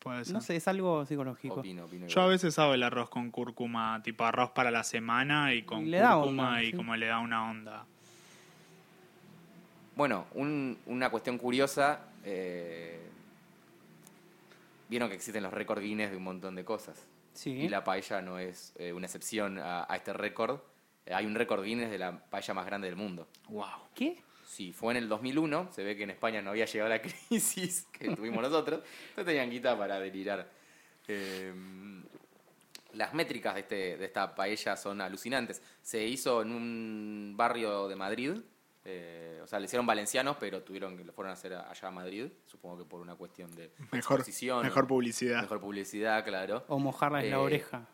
Speaker 3: Puede ser.
Speaker 2: No sé, es algo psicológico.
Speaker 1: opino, opino
Speaker 3: Yo a
Speaker 1: igual.
Speaker 3: veces hago el arroz con cúrcuma, tipo arroz para la semana y con
Speaker 2: Le da
Speaker 3: cúrcuma
Speaker 2: onda,
Speaker 3: y
Speaker 2: sí.
Speaker 3: como le da una onda.
Speaker 1: Bueno, un- una cuestión curiosa. eh, Vieron que existen los récord Guinness de un montón de cosas.
Speaker 2: Sí.
Speaker 1: Y la paella no es eh, una excepción a, a este récord. Eh, hay un récord Guinness de la paella más grande del mundo.
Speaker 3: Wow.
Speaker 2: ¿Qué?
Speaker 1: Sí, fue en el 2001. Se ve que en España no había llegado la [LAUGHS] crisis que tuvimos nosotros. Entonces tenían guita para delirar. Eh, las métricas de, este- de esta paella son alucinantes. Se hizo en un barrio de Madrid. eh, o sea, le hicieron valencianos, pero tuvieron que lo fueron a hacer allá a Madrid. Supongo que por una cuestión de
Speaker 3: Mejor,
Speaker 1: exposición,
Speaker 3: mejor publicidad.
Speaker 1: mejor publicidad, claro.
Speaker 2: O mojarla en la
Speaker 1: Eh,
Speaker 2: oreja.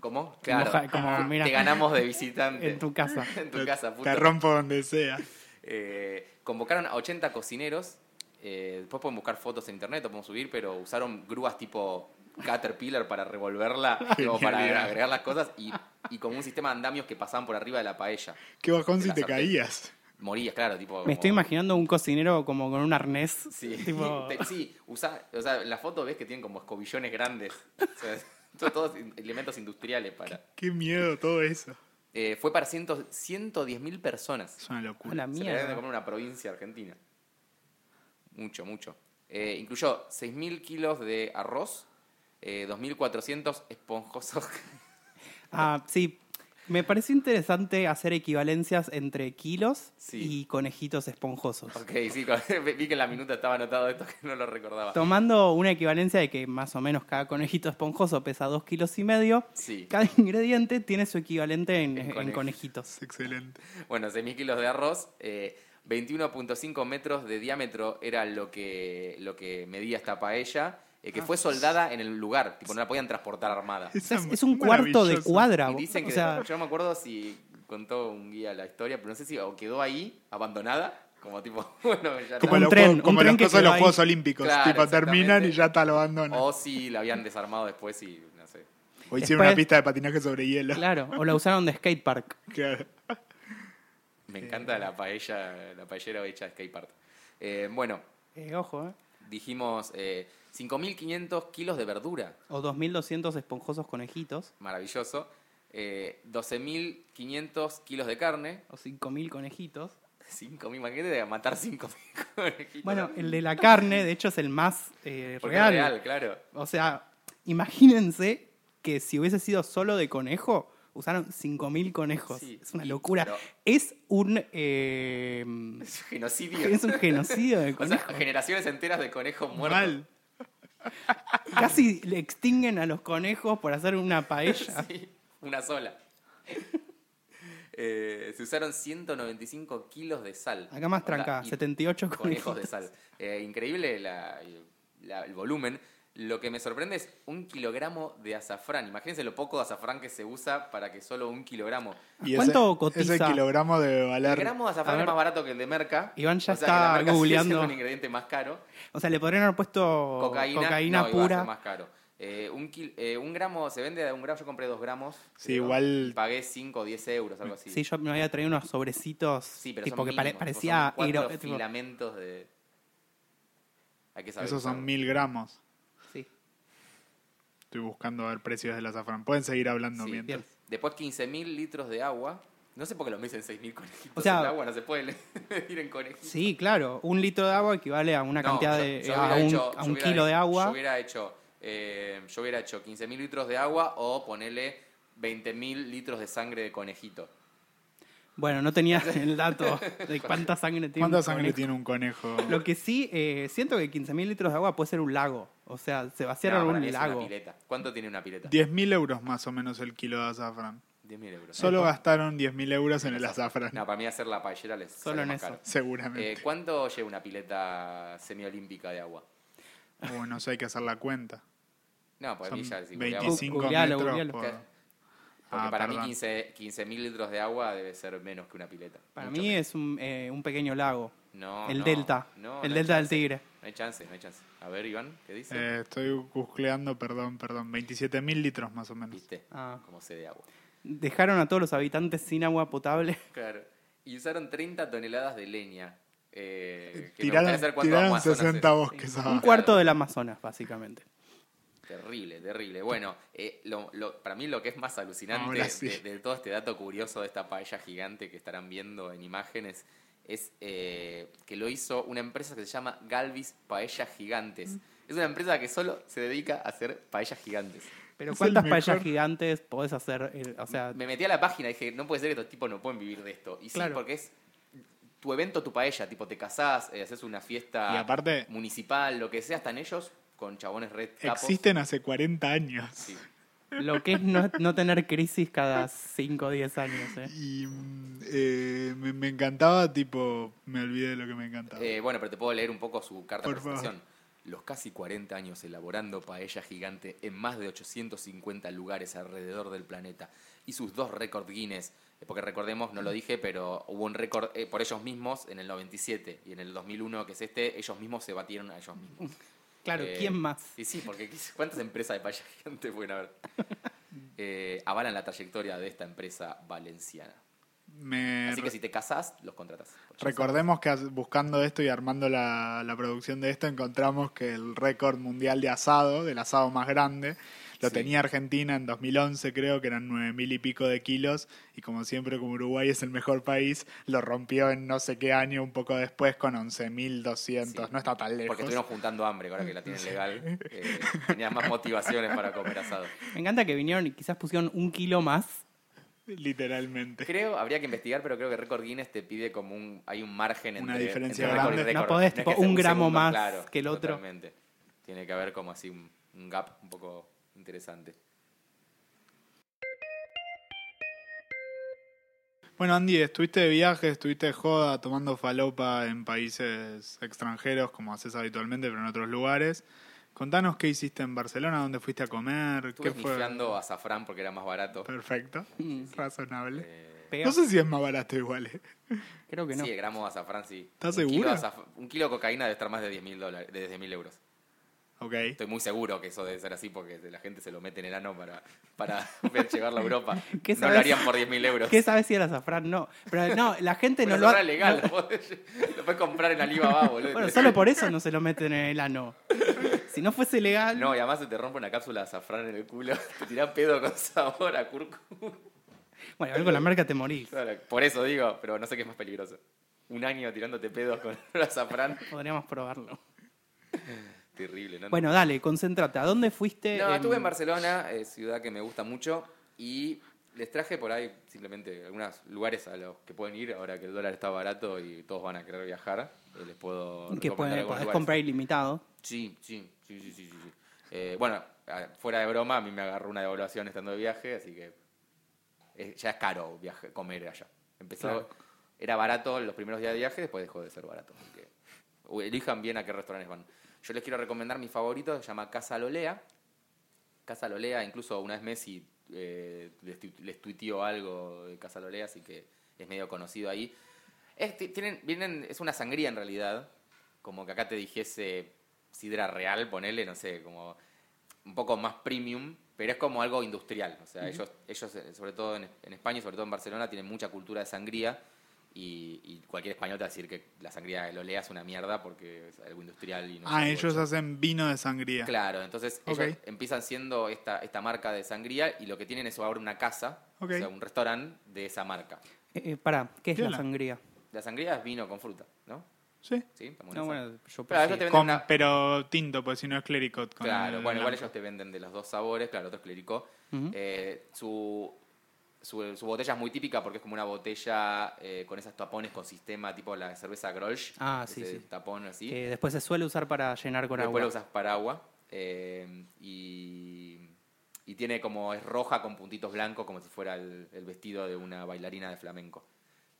Speaker 1: ¿Cómo? Claro.
Speaker 2: Moja- [LAUGHS]
Speaker 3: [LAUGHS]
Speaker 2: como, mira,
Speaker 1: Te ganamos de visitante.
Speaker 2: [LAUGHS] En tu casa.
Speaker 1: [LAUGHS] En tu
Speaker 3: Te-
Speaker 1: casa,
Speaker 3: Te
Speaker 1: puto.
Speaker 3: rompo donde sea.
Speaker 1: Eh, convocaron a 80 cocineros. eh, después pueden buscar fotos en internet o pueden subir, pero usaron grúas tipo Caterpillar para
Speaker 3: [LAUGHS]
Speaker 1: revolverla, tipo, para
Speaker 3: Genialidad.
Speaker 1: agregar las cosas y, y como un sistema de andamios que pasaban por arriba de la paella.
Speaker 3: Qué bajón si
Speaker 1: La
Speaker 3: te
Speaker 1: sartén.
Speaker 3: caías.
Speaker 1: Morías, claro, tipo.
Speaker 2: Me
Speaker 1: como-
Speaker 2: estoy imaginando un cocinero como con un arnés.
Speaker 1: Sí,
Speaker 2: [LAUGHS] tipo-
Speaker 1: [LAUGHS] te- sí, usa- o sea, en la foto ves que tienen como escobillones grandes. O sea, [LAUGHS] son todos elementos industriales para.
Speaker 3: Qué miedo todo eso.
Speaker 1: Eh, fue para 110 mil personas.
Speaker 3: Es una
Speaker 2: A la
Speaker 3: locura.
Speaker 1: Se le debe de
Speaker 2: mierda.
Speaker 1: comer una provincia argentina. Mucho, mucho. Eh, incluyó 6.000 kilos de arroz, eh, 2.400 esponjosos. [LAUGHS]
Speaker 2: Ah, sí. Me pareció interesante hacer equivalencias entre kilos
Speaker 1: Sí.
Speaker 2: y conejitos esponjosos.
Speaker 1: ok, sí, cuando- [LAUGHS] vi que en la minuta estaba anotado esto que no lo recordaba.
Speaker 2: Tomando una equivalencia de que más o menos cada conejito esponjoso pesa dos kilos y medio,
Speaker 1: Sí.
Speaker 2: cada [LAUGHS] ingrediente tiene su equivalente en, en
Speaker 1: conejo.
Speaker 2: conejitos.
Speaker 3: Es excelente.
Speaker 1: Bueno, 6.000 kilos de arroz, eh, 21.5 metros de diámetro era lo que, lo que medía esta paella, eh,
Speaker 2: Ah.
Speaker 1: que fue soldada en el lugar, tipo no la podían transportar armada.
Speaker 2: O sea, es, es un cuarto de
Speaker 3: maravilloso.
Speaker 2: cuadra.
Speaker 1: Y dicen que
Speaker 2: o sea,
Speaker 1: yo no me acuerdo si contó un guía la historia, pero no sé si o quedó ahí abandonada, como tipo, [LAUGHS] bueno, ya está.
Speaker 3: Como
Speaker 2: Un
Speaker 3: los,
Speaker 2: tren,
Speaker 3: juegos-
Speaker 2: un
Speaker 3: como
Speaker 2: tren
Speaker 3: los
Speaker 2: que
Speaker 3: cosas de
Speaker 2: quedó
Speaker 3: los
Speaker 2: ahí.
Speaker 3: Juegos Olímpicos.
Speaker 1: Claro,
Speaker 3: tipo, terminan y
Speaker 1: exactamente. Oh.
Speaker 3: ya está, lo abandonan. O,
Speaker 1: o si la habían desarmado después y no sé.
Speaker 3: hicieron una
Speaker 2: Después-
Speaker 3: pista de patinaje sobre
Speaker 2: [LAUGHS]
Speaker 3: hielo.
Speaker 2: claro, o la usaron de skatepark.
Speaker 3: Claro.
Speaker 1: Me encanta la paella, la paellera hecha de skatepark. Eh, bueno,
Speaker 2: Eh, ojo, ¿eh?
Speaker 1: dijimos eh, 5.500 kilos de verdura,
Speaker 2: O 2.200 esponjosos conejitos,
Speaker 1: maravilloso. Eh, 12.500 kilos de carne, [LAUGHS]
Speaker 2: o 5.000 conejitos.
Speaker 1: 5.000, imagínate de matar [LAUGHS] 5.000 conejitos.
Speaker 2: Bueno, el de la carne, de hecho, es el más eh,
Speaker 1: Porque
Speaker 2: real.
Speaker 1: real, claro.
Speaker 2: O sea, imagínense que si hubiese sido solo de conejo, usaron 5.000 conejos.
Speaker 1: Sí,
Speaker 2: es una
Speaker 1: y-
Speaker 2: locura.
Speaker 1: pero-
Speaker 2: Es un... eh,
Speaker 1: Es un genocidio.
Speaker 2: [LAUGHS] es un genocidio de
Speaker 1: [LAUGHS] O sea,
Speaker 2: conejos.
Speaker 1: generaciones enteras de conejos muertos.
Speaker 3: Mal.
Speaker 2: Casi le extinguen a los conejos por hacer una paella.
Speaker 1: [LAUGHS] [LAUGHS] Sí, una sola. [LAUGHS] Eh, se usaron 195 kilos de sal.
Speaker 2: Acá más
Speaker 1: Onda,
Speaker 2: tranca,
Speaker 1: y
Speaker 2: 78
Speaker 1: Conejos
Speaker 2: conejos.
Speaker 1: de sal. Eh, increíble la- la- el volumen. Lo que me sorprende es un kilogramo de azafrán. Imagínense lo poco de azafrán que se usa para que solo un kilogramo.
Speaker 3: Y
Speaker 2: ¿Cuánto
Speaker 3: ese,
Speaker 2: cotiza?
Speaker 3: Ese kilogramo de
Speaker 1: El
Speaker 3: valer.
Speaker 1: gramo de
Speaker 2: A
Speaker 1: azafrán
Speaker 2: ver.
Speaker 1: es más barato que el de merca.
Speaker 2: Iván ya
Speaker 1: O sea, que la
Speaker 2: está
Speaker 1: merca sigue siendo
Speaker 2: googleando.
Speaker 1: un ingrediente más caro.
Speaker 2: O sea, le podrían haber puesto
Speaker 1: Cocaína,
Speaker 2: cocaína,
Speaker 1: no, iba a ser
Speaker 2: pura.
Speaker 1: más caro. Eh, un, kil- eh, un gramo, se vende de un gramo, yo compré dos gramos.
Speaker 3: Sí,
Speaker 1: creo,
Speaker 3: igual-
Speaker 1: y Pagué 5 o 10 euros, algo así.
Speaker 2: Sí, yo me había traído unos sobrecitos.
Speaker 1: Sí, pero
Speaker 2: tipo,
Speaker 1: son
Speaker 2: que pare-
Speaker 1: mínimos, tipo,
Speaker 2: parecía...
Speaker 1: son cuatro
Speaker 2: hero- tipo-
Speaker 1: filamentos de... Hay que saber
Speaker 3: Esos son
Speaker 1: usarlo.
Speaker 3: mil gramos.
Speaker 2: sí.
Speaker 3: Estoy buscando a ver precios del azafrán. Pueden seguir hablando
Speaker 1: Sí.
Speaker 3: mientras.
Speaker 2: Bien.
Speaker 1: Después 15.000 litros de agua. No sé por qué lo miden 6.000 conejitos
Speaker 2: O sea-
Speaker 1: en el agua, no se puede [LAUGHS] medir en conejitos.
Speaker 2: Sí, claro. Un litro de agua equivale a una
Speaker 1: No,
Speaker 2: cantidad
Speaker 1: yo-
Speaker 2: de.
Speaker 1: yo
Speaker 2: a
Speaker 1: hubiera
Speaker 2: un,
Speaker 1: hecho-
Speaker 2: a
Speaker 1: yo
Speaker 2: un
Speaker 1: hubiera-
Speaker 2: kilo de agua.
Speaker 1: Yo hubiera hecho, eh, yo hubiera hecho 15.000 litros de agua o ponele 20.000 litros de sangre de conejito.
Speaker 2: Bueno,
Speaker 1: [LAUGHS]
Speaker 2: no tenía el dato de cuánta sangre tiene.
Speaker 3: ¿Cuánta
Speaker 2: un
Speaker 3: sangre
Speaker 2: conejo.
Speaker 3: tiene un conejo?
Speaker 2: Lo que sí, eh, siento que 15.000 litros de agua puede ser un lago. O sea, se vaciaron
Speaker 1: No, para
Speaker 2: un
Speaker 1: mí es una
Speaker 2: lago.
Speaker 1: pileta. ¿Cuánto tiene una pileta?
Speaker 3: 10.000 euros más o menos el kilo de azafrán.
Speaker 1: 10.000 euros.
Speaker 3: Solo gastaron 10.000 euros en el azafrán,
Speaker 1: No, para mí hacer la paellera les
Speaker 2: Solo
Speaker 1: sale
Speaker 2: en
Speaker 1: más
Speaker 2: eso.
Speaker 1: caro.
Speaker 3: seguramente.
Speaker 1: Eh, ¿Cuánto lleva una pileta semiolímpica de agua?
Speaker 3: Bueno, Uh, no sé, hay que hacer la cuenta.
Speaker 1: No, pues
Speaker 3: Son
Speaker 1: mí ya si googleamos-
Speaker 3: 25
Speaker 2: Googlealo,
Speaker 3: metros
Speaker 2: googlealo.
Speaker 3: por-
Speaker 1: ¿Qué? Porque
Speaker 3: Ah,
Speaker 1: para
Speaker 3: perdón.
Speaker 1: mí 15 15.000 litros de agua debe ser menos que una pileta.
Speaker 2: Para
Speaker 1: Mucho
Speaker 2: mí
Speaker 1: menos.
Speaker 2: es un, eh, un pequeño lago.
Speaker 1: No,
Speaker 2: el
Speaker 1: no,
Speaker 2: delta.
Speaker 1: no, no hay
Speaker 2: el delta del
Speaker 1: chance.
Speaker 2: Tigre.
Speaker 1: No hay chance, no hay chance. A ver, Iván, ¿qué dice?
Speaker 3: Eh, estoy googleando, perdón, perdón. 27.000 litros más o menos.
Speaker 1: ¿Viste?
Speaker 2: Ah.
Speaker 1: Como sé de agua.
Speaker 2: Dejaron a todos los habitantes sin agua
Speaker 3: [LAUGHS]
Speaker 2: potable.
Speaker 1: Claro. Y usaron 30 toneladas de leña. Eh, que me gustaría saber
Speaker 3: Tiraron,
Speaker 1: cuántos
Speaker 3: tiraron
Speaker 1: amazonas
Speaker 3: 60
Speaker 1: es.
Speaker 3: bosques
Speaker 2: Un
Speaker 3: abajo.
Speaker 2: cuarto del Amazonas, básicamente.
Speaker 1: Terrible, terrible. Bueno, eh, lo- lo- para mí lo que es más alucinante
Speaker 3: Ahora sí.
Speaker 1: de, de todo este dato curioso de esta paella gigante que estarán viendo en imágenes es eh, que lo hizo una empresa que se llama Galvis Paellas
Speaker 3: Mm.
Speaker 1: Gigantes. Es una empresa que solo se dedica a hacer paellas gigantes.
Speaker 2: Pero
Speaker 3: Es el
Speaker 2: ¿cuántas
Speaker 3: mejor.
Speaker 2: paellas gigantes podés hacer? Eh, O sea,
Speaker 1: Me metí a la página y dije, no puede ser que estos tipos no pueden vivir de esto. Y
Speaker 2: Claro.
Speaker 1: sí, porque es tu evento, tu paella, tipo te casás, eh, haces una fiesta
Speaker 3: Y aparte-
Speaker 1: municipal, lo que sea, están ellos con chabones red capos.
Speaker 3: Existen hace 40 años.
Speaker 1: Sí.
Speaker 2: lo que es no, no tener crisis cada 5 o 10 años. eh.
Speaker 3: Y mm, eh, me, me encantaba, tipo, me olvidé de lo que me encantaba.
Speaker 1: Eh, bueno, pero te puedo leer un poco su carta
Speaker 3: Por
Speaker 1: de presentación. Los casi 40 años elaborando paella gigante en más de 850 lugares alrededor del planeta y sus dos récord Guinness, eh, porque recordemos, no lo dije, pero hubo un récord eh, por ellos mismos en el 97 y en el 2001, que es este, ellos mismos se batieron a ellos mismos.
Speaker 2: Claro,
Speaker 1: Eh,
Speaker 2: ¿quién más?
Speaker 1: Y sí, porque quis- ¿cuántas empresas de paella gigante pueden
Speaker 3: [LAUGHS]
Speaker 1: haber? Eh, avalan la trayectoria de esta empresa valenciana.
Speaker 3: Me
Speaker 1: Así
Speaker 3: Eh, re-
Speaker 1: que si te casás, los contratás.
Speaker 3: Recordemos que as- buscando esto y armando la, la producción de esto, encontramos que el récord mundial de asado, del asado más grande, lo
Speaker 1: Sí.
Speaker 3: tenía Argentina en 2011, creo que eran nueve mil y pico de kilos. Y como siempre, como Uruguay es el mejor país, lo rompió en no sé qué año, un poco después, con 11.200.
Speaker 1: Sí.
Speaker 3: No está tan lejos.
Speaker 1: Porque estuvieron juntando hambre, ahora que la tienen legal. eh, tenías más motivaciones para comer asado.
Speaker 2: Me encanta que vinieron y quizás pusieron un kilo más.
Speaker 3: Literalmente.
Speaker 1: Creo, habría que investigar, pero creo que Record Guinness te pide como un. Hay un margen entre.
Speaker 3: Una diferencia
Speaker 1: entre récord y
Speaker 3: grande.
Speaker 2: No
Speaker 1: récord.
Speaker 2: podés,
Speaker 1: es
Speaker 2: tipo,
Speaker 1: que sea
Speaker 2: un gramo
Speaker 1: segundo,
Speaker 2: más que el otro.
Speaker 1: Totalmente. Tiene que haber como así un, un gap un poco interesante.
Speaker 3: Bueno, Andy, estuviste de viaje, estuviste de joda, tomando falopa en países extranjeros, como haces habitualmente, pero en otros lugares. Contanos qué hiciste en Barcelona, dónde fuiste a comer,
Speaker 1: Estuve
Speaker 3: qué fue.
Speaker 1: snifeando azafrán porque era más barato.
Speaker 3: Perfecto,
Speaker 2: Mm,
Speaker 3: razonable.
Speaker 1: Eh,
Speaker 2: Peor,
Speaker 3: No sé si es más barato igual. eh.
Speaker 2: creo que no.
Speaker 1: Sí, eh, el gramo de azafrán, sí.
Speaker 3: ¿Estás
Speaker 1: Un kilo
Speaker 3: segura?
Speaker 1: de azaf- un kilo de cocaína debe estar más de 10.000 dólares, de 10.000 euros.
Speaker 3: Ok.
Speaker 1: Estoy muy seguro que eso debe ser así porque la gente se lo mete en el ano para, para [LAUGHS] llevarlo a Europa.
Speaker 2: [LAUGHS] ¿Qué
Speaker 1: no
Speaker 2: sabes?
Speaker 1: lo harían por 10.000 euros.
Speaker 2: ¿Qué sabes si era azafrán? No. Pero no, la gente
Speaker 1: Pero
Speaker 2: no
Speaker 1: eso
Speaker 2: lo
Speaker 1: era
Speaker 2: ha...
Speaker 1: legal. [LAUGHS] podés- lo puedes comprar en Alibaba, boludo.
Speaker 2: [LAUGHS] Bueno, solo por eso no se lo meten en el ano. Si no fuese
Speaker 1: [LAUGHS]
Speaker 2: legal,
Speaker 1: No, y además se te rompe una cápsula de azafrán en el culo. [LAUGHS] Te tirás pedo con sabor a cúrcuma.
Speaker 2: bueno, algo la marca te morís.
Speaker 1: [LAUGHS] Por eso digo, pero no sé qué es más peligroso. Un año tirándote pedos con [LAUGHS] olor a azafrán.
Speaker 2: Podríamos probarlo.
Speaker 1: Terrible, ¿no?
Speaker 2: Bueno, dale, concéntrate. ¿A dónde fuiste?
Speaker 1: No, estuve en Barcelona, eh, ciudad que me gusta mucho, y les traje por ahí simplemente algunos lugares a los que pueden ir ahora que el dólar está barato y todos van a querer viajar. eh, les puedo recomendar
Speaker 2: Que puede-
Speaker 1: algunos
Speaker 2: podés
Speaker 1: lugares.
Speaker 2: comprar ilimitado.
Speaker 1: Sí, sí, sí, sí, sí, sí, sí. Eh, bueno, a- fuera de broma, a mí me agarró una devaluación estando de viaje, así que eh, ya es caro viaje, comer allá. Empezó,
Speaker 2: Claro.
Speaker 1: era barato los primeros días de viaje, después dejó de ser barato. así que, u- elijan bien a qué restaurantes van. Yo les quiero recomendar mi favorito, se llama Casa Lolea. Casa Lolea, incluso una vez Messi eh, les, tu- les tuiteó algo de Casa Lolea, así que es medio conocido ahí. Es, ti- tienen, vienen, es una sangría en realidad, como que acá te dijese sidra real, ponele, no sé, como un poco más premium, pero es como algo industrial. O sea, ellos, ellos, eh, sobre todo en, en España y sobre todo en Barcelona, tienen mucha cultura de sangría y, y cualquier español te va a decir que la sangría de Lolea es una mierda porque es algo industrial y no es
Speaker 3: Ah,
Speaker 1: algo
Speaker 3: ellos
Speaker 1: hecho.
Speaker 3: hacen vino de sangría.
Speaker 1: Claro, entonces
Speaker 3: Ok.
Speaker 1: ellos empiezan siendo esta, esta marca de sangría y lo que tienen es ahora una casa,
Speaker 3: Ok.
Speaker 1: o sea, un restaurante de esa marca.
Speaker 2: Eh, eh, pará, ¿qué es la
Speaker 3: Piola.
Speaker 2: sangría?
Speaker 1: La sangría es vino con fruta, ¿no?
Speaker 3: Sí.
Speaker 1: Sí, estamos en
Speaker 2: No,
Speaker 1: esa.
Speaker 2: bueno, yo
Speaker 1: Claro, ellos
Speaker 2: pensé-
Speaker 1: te venden
Speaker 3: Con-
Speaker 1: una-
Speaker 3: Pero tinto, pues si no es clericot. con
Speaker 1: Claro,
Speaker 3: el
Speaker 1: bueno, igual
Speaker 3: blanco.
Speaker 1: ellos te venden de los dos sabores, claro, otro es clericó. Eh, su, su, su botella es muy típica porque es como una botella eh, con esos tapones con sistema tipo la cerveza Grolsch.
Speaker 2: Ah, sí,
Speaker 1: ese
Speaker 2: sí.
Speaker 1: tapón así.
Speaker 2: que después se suele usar para llenar con
Speaker 1: Después
Speaker 2: agua.
Speaker 1: lo usas para agua. eh, y, y tiene como, es roja con puntitos blancos, como si fuera el, el vestido de una bailarina de flamenco.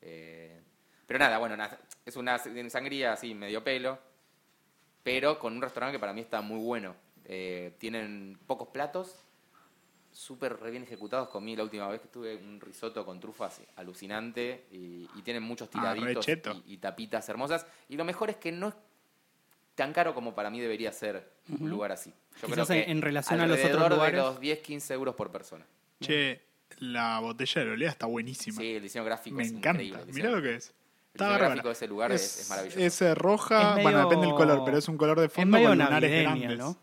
Speaker 1: Eh, pero nada, bueno, na- es una sangría así, medio pelo, pero con un restaurante que para mí está muy bueno. Eh, tienen pocos platos, súper re bien ejecutados. Comí la última vez que estuve un risotto con trufas alucinante y, y tienen muchos
Speaker 3: Ah, re
Speaker 1: tiraditos
Speaker 3: cheto.
Speaker 1: y, y tapitas hermosas. Y lo mejor es que no es tan caro como para mí debería ser un lugar así. Yo
Speaker 2: Quizás
Speaker 1: creo
Speaker 2: en-
Speaker 1: que
Speaker 2: en relación a los otros
Speaker 1: alrededor
Speaker 2: lugares.
Speaker 1: de los 10, 15 euros por persona.
Speaker 3: Che, la botella de olea está buenísima.
Speaker 1: Sí, el diseño gráfico
Speaker 3: Me
Speaker 1: es
Speaker 3: encanta.
Speaker 1: increíble. el
Speaker 3: Mirá
Speaker 1: diseño-
Speaker 3: lo que es. Está
Speaker 1: diseño
Speaker 3: bárbara.
Speaker 1: gráfico de ese lugar es- es maravilloso.
Speaker 3: Es eh, roja,
Speaker 2: Es
Speaker 3: bueno,
Speaker 2: medio-
Speaker 3: depende del color, pero es un color de
Speaker 2: Es
Speaker 3: fondo
Speaker 2: medio
Speaker 3: con lunares
Speaker 2: navideño,
Speaker 3: grandes.
Speaker 2: ¿no?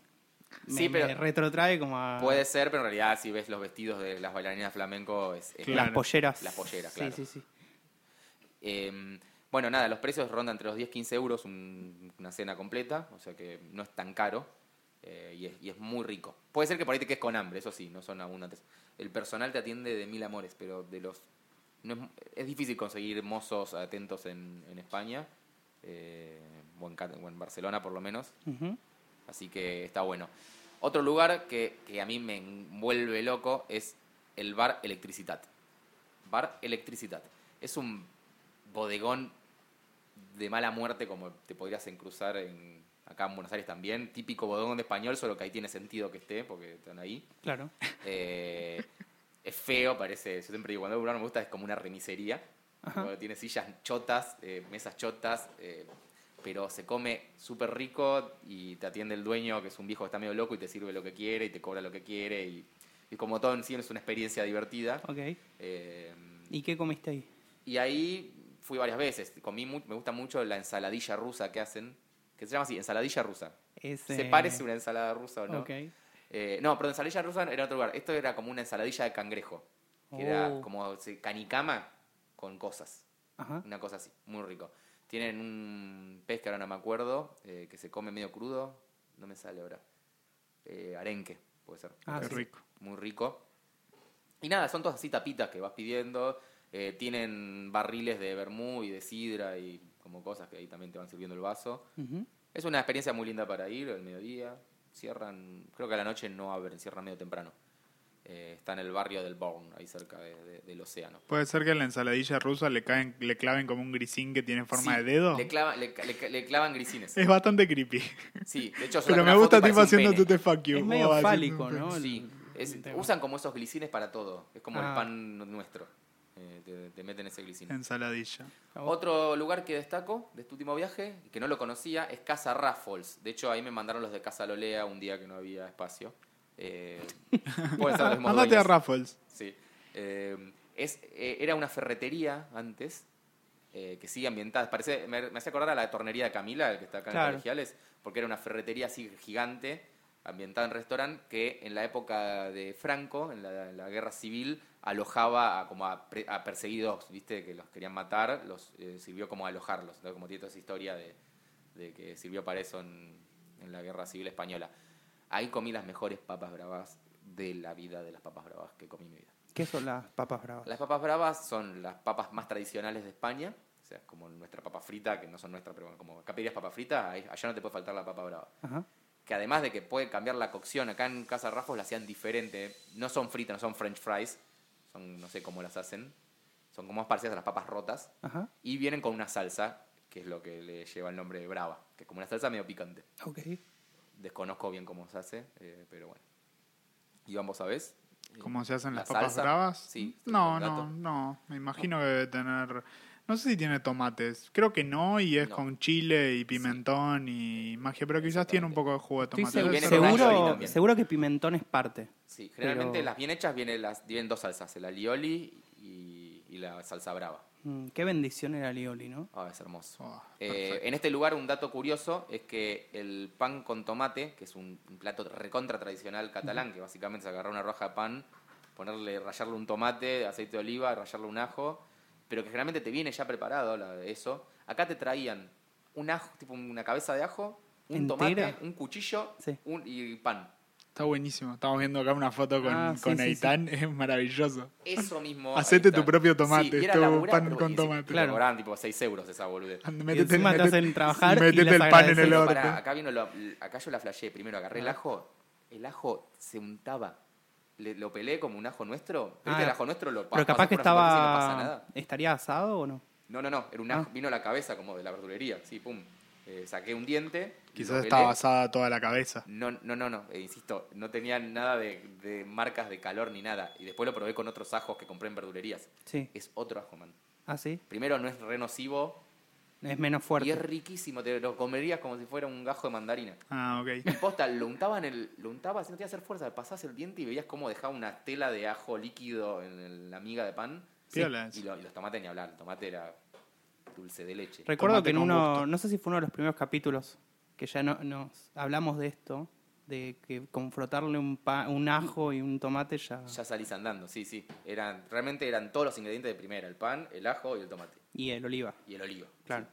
Speaker 1: Sí,
Speaker 2: Me-
Speaker 1: pero-
Speaker 2: me retrotrae como a
Speaker 1: Puede ser, pero en realidad si ves los vestidos de las bailarinas flamenco es... es-
Speaker 3: Claro.
Speaker 2: las polleras.
Speaker 1: Las polleras, claro.
Speaker 2: Sí, sí, sí.
Speaker 1: Eh, bueno, nada, los precios rondan entre los 10 15 euros un- una cena completa, o sea que no es tan caro eh, y, es, y es muy rico. Puede ser que por ahí te quedes con hambre, eso sí, no son abundantes. El personal te atiende de mil amores, pero de los... no es, es difícil conseguir mozos atentos en, en España, eh, o, en, Cat- o en Barcelona por lo menos,
Speaker 2: Ujú.
Speaker 1: así que está bueno. Otro lugar que, que a mí me envuelve loco es el bar Electricitat. Bar Electricitat. Es un bodegón de mala muerte, como te podrías cruzar en, acá en Buenos Aires también. Típico bodegón de español, solo que ahí tiene sentido que esté, porque están ahí.
Speaker 2: Claro.
Speaker 1: Eh, es feo, parece. Yo siempre digo, cuando un lugar me gusta es como una remisería. Porque Tiene sillas chotas, eh, mesas chotas, eh, pero se come súper rico y te atiende el dueño, que es un viejo que está medio loco y te sirve lo que quiere y te cobra lo que quiere. Y, y como todo en sí es una experiencia divertida.
Speaker 2: Ok.
Speaker 1: Eh,
Speaker 2: ¿Y qué comiste ahí?
Speaker 1: y ahí fui varias veces. Comí mu- me gusta mucho la ensaladilla rusa que hacen, que se llama así, ensaladilla rusa.
Speaker 2: Ese-
Speaker 1: ¿Se parece una ensalada rusa o no?
Speaker 2: eh, Ok.
Speaker 1: Eh, no, pero ensaladilla rusa era otro lugar. Esto era como una ensaladilla de cangrejo. Que
Speaker 2: Oh.
Speaker 1: era como se- canicama con cosas.
Speaker 2: Ajá.
Speaker 1: Una cosa así, muy rico. Tienen un pez que ahora no me acuerdo, eh, que se come medio crudo. No me sale ahora. Eh, arenque, puede ser.
Speaker 2: Ah,
Speaker 3: Qué
Speaker 2: sí.
Speaker 3: rico.
Speaker 1: Muy rico. Y nada, son todas así tapitas que vas pidiendo. Eh, tienen barriles de vermú y de sidra y como cosas que ahí también te van sirviendo el vaso.
Speaker 2: Ujú.
Speaker 1: Es una experiencia muy linda para ir al mediodía. Cierran, creo que a la noche no abren, cierran medio temprano. Eh, está en el barrio del Bourne, ahí cerca de- de- del océano.
Speaker 3: Puede ser que en la ensaladilla rusa le, caen, le claven como un grisín que tiene forma
Speaker 1: Sí,
Speaker 3: de dedo.
Speaker 1: Le, clava- le ca- le ca- le clavan grisines.
Speaker 3: Es bastante creepy.
Speaker 1: Sí, de hecho, yo saqué
Speaker 3: [LAUGHS] Pero me
Speaker 1: una
Speaker 3: gusta
Speaker 1: foto y
Speaker 3: tipo
Speaker 1: parecía un
Speaker 3: haciendo tu
Speaker 1: pene.
Speaker 3: te fuck you.
Speaker 2: Es
Speaker 3: o
Speaker 2: medio
Speaker 3: haciendo
Speaker 2: fálico,
Speaker 3: un-
Speaker 2: ¿no? El-
Speaker 1: Sí, es-
Speaker 2: el tema.
Speaker 1: usan como esos glicines para todo. Es como
Speaker 2: Ah.
Speaker 1: el pan nuestro. Eh, te, te meten ese glicine.
Speaker 3: Ensaladilla.
Speaker 1: Otro lugar que destaco de este último viaje, que no lo conocía, es Casa Raffles. De hecho, ahí me mandaron los de Casa Lolea un día que no había espacio. Eh, pueden
Speaker 3: [LAUGHS]
Speaker 1: ser los mismos
Speaker 3: Andate a
Speaker 1: dueños.
Speaker 3: Raffles.
Speaker 1: Sí. Eh, es, eh, era una ferretería antes, eh, que sigue ambientada. Parece, me, me hace acordar a la tornería de Camila, el que está acá
Speaker 2: Claro.
Speaker 1: en Colegiales, porque era una ferretería así gigante, ambientada en restaurante, que en la época de Franco, en la, en la guerra civil, alojaba a, como a, pre- a perseguidos, ¿viste? Que los querían matar, los eh, sirvió como a alojarlos. ¿no? Como tiene toda esa historia de, de que sirvió para eso en, en la guerra civil española. Ahí comí las mejores papas bravas de la vida de las papas bravas que comí en mi vida.
Speaker 2: ¿Qué son las papas bravas?
Speaker 1: Las papas bravas son las papas más tradicionales de España, o sea, es como nuestra papa frita, que no son nuestras, pero bueno, como acá pedías papa frita, ahí- allá no te puede faltar la papa brava.
Speaker 2: Ajá.
Speaker 1: Que además de que puede cambiar la cocción, acá en Casa Rafos la hacían diferente, no son fritas, no son french fries, son, no sé cómo las hacen, son como más parecidas a las papas rotas,
Speaker 2: Ajá.
Speaker 1: y vienen con una salsa, que es lo que le lleva el nombre de brava, que es como una salsa medio picante.
Speaker 2: Ok.
Speaker 1: Desconozco bien cómo se hace, eh, pero bueno. Iván, ¿vos sabés?
Speaker 3: ¿Cómo se hacen
Speaker 1: ¿La
Speaker 3: las papas
Speaker 1: salsa?
Speaker 3: bravas?
Speaker 1: Sí,
Speaker 3: No,
Speaker 1: con gato.
Speaker 3: no, no. Me imagino que debe tener. No sé si tiene tomates. Creo que no, y es
Speaker 1: No.
Speaker 3: con chile y pimentón y magia, pero quizás tiene un poco de jugo de
Speaker 2: Estoy
Speaker 3: tomate.
Speaker 2: segu-
Speaker 3: Debe
Speaker 1: viene
Speaker 3: ser
Speaker 1: con
Speaker 3: rico.
Speaker 1: aioli
Speaker 2: seguro,
Speaker 1: también.
Speaker 2: seguro que pimentón es parte.
Speaker 1: Sí, generalmente
Speaker 2: Pero-
Speaker 1: las bien hechas vienen, las, vienen dos salsas, el alioli y, y la salsa brava.
Speaker 2: Mm, qué bendición era Lioli, ¿no?
Speaker 1: Ah, es hermoso.
Speaker 3: Oh,
Speaker 1: Eh,
Speaker 3: perfecto.
Speaker 1: en este lugar un dato curioso es que el pan con tomate, que es un un plato recontra tradicional catalán, que básicamente es agarrar una roja de pan, ponerle, rallarle un tomate, aceite de oliva, rallarle un ajo pero que generalmente te viene ya preparado la- eso. Acá te traían un ajo, tipo una cabeza de ajo, un
Speaker 2: ¿Entera?
Speaker 1: tomate, un cuchillo
Speaker 2: Sí.
Speaker 1: un- y pan.
Speaker 3: Está buenísimo. Estamos viendo acá una foto con,
Speaker 2: Ah, sí,
Speaker 3: con
Speaker 2: sí,
Speaker 3: Eitan. Es maravilloso.
Speaker 1: Eso mismo.
Speaker 3: Hacete
Speaker 1: ahí está.
Speaker 3: tu propio tomate,
Speaker 1: Sí, y era
Speaker 3: tu
Speaker 1: laburar,
Speaker 3: pan
Speaker 1: pero-
Speaker 3: con
Speaker 1: y encima
Speaker 3: tomate.
Speaker 1: te
Speaker 2: Claro.
Speaker 1: cobraban tipo 6 euros esa boludez.
Speaker 3: And-
Speaker 2: encima te hacen trabajar y les
Speaker 3: Metete el pan en
Speaker 2: agradeces.
Speaker 3: el
Speaker 1: Pero
Speaker 3: orto.
Speaker 1: pará, acá, vino lo- acá yo la flashé. Primero agarré el ajo. El ajo se untaba. Le- lo pelé como un ajo nuestro. ¿Viste
Speaker 2: Ah.
Speaker 1: el ajo nuestro? Lo pa-
Speaker 2: Pero
Speaker 1: pasas
Speaker 2: capaz que
Speaker 1: por una superficie y no pasa
Speaker 2: estaba.
Speaker 1: nada.
Speaker 2: ¿Estaría asado o no?
Speaker 1: No, no, no. Era un
Speaker 2: Ah.
Speaker 1: ajo. Vino la cabeza como de la verdulería. Sí, pum. Eh, saqué un diente. lo
Speaker 3: Quizás
Speaker 1: pelé.
Speaker 3: está basada toda la cabeza.
Speaker 1: No, no, no, no. eh, insisto, no tenía nada de, de marcas de calor ni nada. Y después lo probé con otros ajos que compré en verdulerías.
Speaker 2: Sí.
Speaker 1: Es otro ajo, man.
Speaker 2: Ah, sí.
Speaker 1: Primero, no es re nocivo.
Speaker 2: Es menos
Speaker 1: Y es
Speaker 2: fuerte.
Speaker 1: riquísimo. Te lo comerías como si fuera un gajo de mandarina.
Speaker 3: Ah, ok.
Speaker 1: Y posta, lo untaban el, lo untabas, no te iba a hacer fuerza, pasabas el diente y veías cómo dejaba una tela de ajo líquido en el- la miga de pan.
Speaker 3: Piola
Speaker 1: Y,
Speaker 3: eso.
Speaker 1: lo- y los tomates ni hablar, el tomate era dulce de leche.
Speaker 2: Recuerdo
Speaker 3: tomate
Speaker 2: que en
Speaker 3: con
Speaker 2: uno.
Speaker 3: gusto.
Speaker 2: No sé si fue uno de los primeros capítulos que ya no, nos hablamos de esto. De que con frotarle un, pa- un ajo y un tomate ya.
Speaker 1: Ya salís andando, sí, sí. Eran, realmente eran todos los ingredientes de primera, el pan, el ajo y el tomate.
Speaker 2: Y el oliva.
Speaker 1: Y el olivo.
Speaker 2: Claro.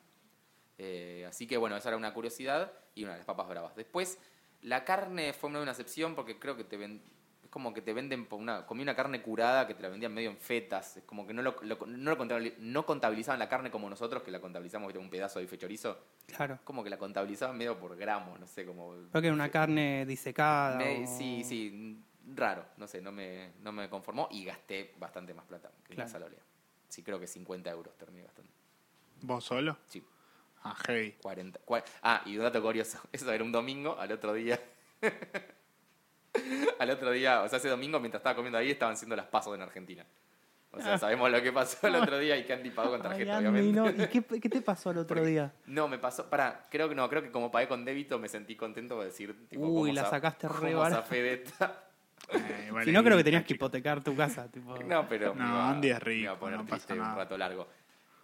Speaker 1: Eh, así que bueno, esa era una curiosidad y una de las papas bravas. Después, la carne fue una, una excepción porque creo que te ven- es como que te venden, por una, comí una carne curada que te la vendían medio en fetas, es como que no, lo, lo- no, lo contabili- no contabilizaban la carne como nosotros, que la contabilizamos viste, un pedazo de bife chorizo,
Speaker 2: Claro.
Speaker 1: como que la contabilizaban medio por gramo, no sé, como...
Speaker 2: Creo que era una carne disecada.
Speaker 1: Me-
Speaker 2: o-
Speaker 1: sí, sí, raro, no sé, no me, no me conformó y gasté bastante más plata que en la
Speaker 2: Claro.
Speaker 1: salolea. Sí, creo que 50 euros terminé gastando.
Speaker 3: ¿Vos solo?
Speaker 1: Sí.
Speaker 3: Ah, heavy.
Speaker 1: 40, cua- ah, y un dato curioso, [LAUGHS] eso era un domingo, al otro día. [LAUGHS] al otro día, o sea, ese domingo mientras estaba comiendo ahí estaban siendo las pasos en Argentina. O sea, sabemos lo que pasó el otro día y que Andy pagó con
Speaker 2: Ah. Ay,
Speaker 1: tarjeta,
Speaker 2: Andy,
Speaker 1: obviamente.
Speaker 2: no. ¿Y qué, qué te pasó el otro
Speaker 1: Porque-
Speaker 2: día?
Speaker 1: [LAUGHS] No, me pasó, para, creo que no, creo que como pagué con débito me sentí contento de decir, tipo,
Speaker 2: Uy,
Speaker 1: ¿cómo
Speaker 2: la
Speaker 1: sa-
Speaker 2: sacaste re
Speaker 1: cómo
Speaker 2: barata.
Speaker 1: zafé de esta?
Speaker 3: Eh, vale,
Speaker 2: si no, creo que
Speaker 3: guita,
Speaker 2: tenías que
Speaker 3: chico.
Speaker 2: hipotecar tu casa. tipo.
Speaker 1: No, pero me
Speaker 3: No,
Speaker 1: iba- me
Speaker 3: Andy es
Speaker 1: iba a
Speaker 3: rico,
Speaker 1: poner
Speaker 3: no pasa
Speaker 1: triste un
Speaker 3: nada.
Speaker 1: rato largo.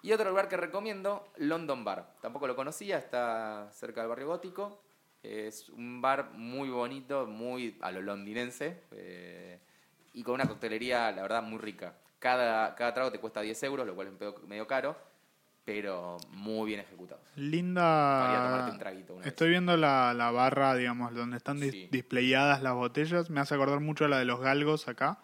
Speaker 1: Y otro lugar que recomiendo, London Bar. Tampoco lo conocía, está cerca del barrio gótico. Es un bar muy bonito, muy a lo londinense eh, y con una coctelería, la verdad, muy rica. Cada, cada trago te cuesta 10 euros, lo cual es un pedo- medio caro, pero muy bien ejecutado. Para ir a tomarte
Speaker 3: Linda.
Speaker 1: un traguito una vez.
Speaker 3: Estoy viendo la, la barra, digamos, donde están dis-
Speaker 1: Sí.
Speaker 3: displayadas las botellas. Me hace acordar mucho a la de los galgos acá.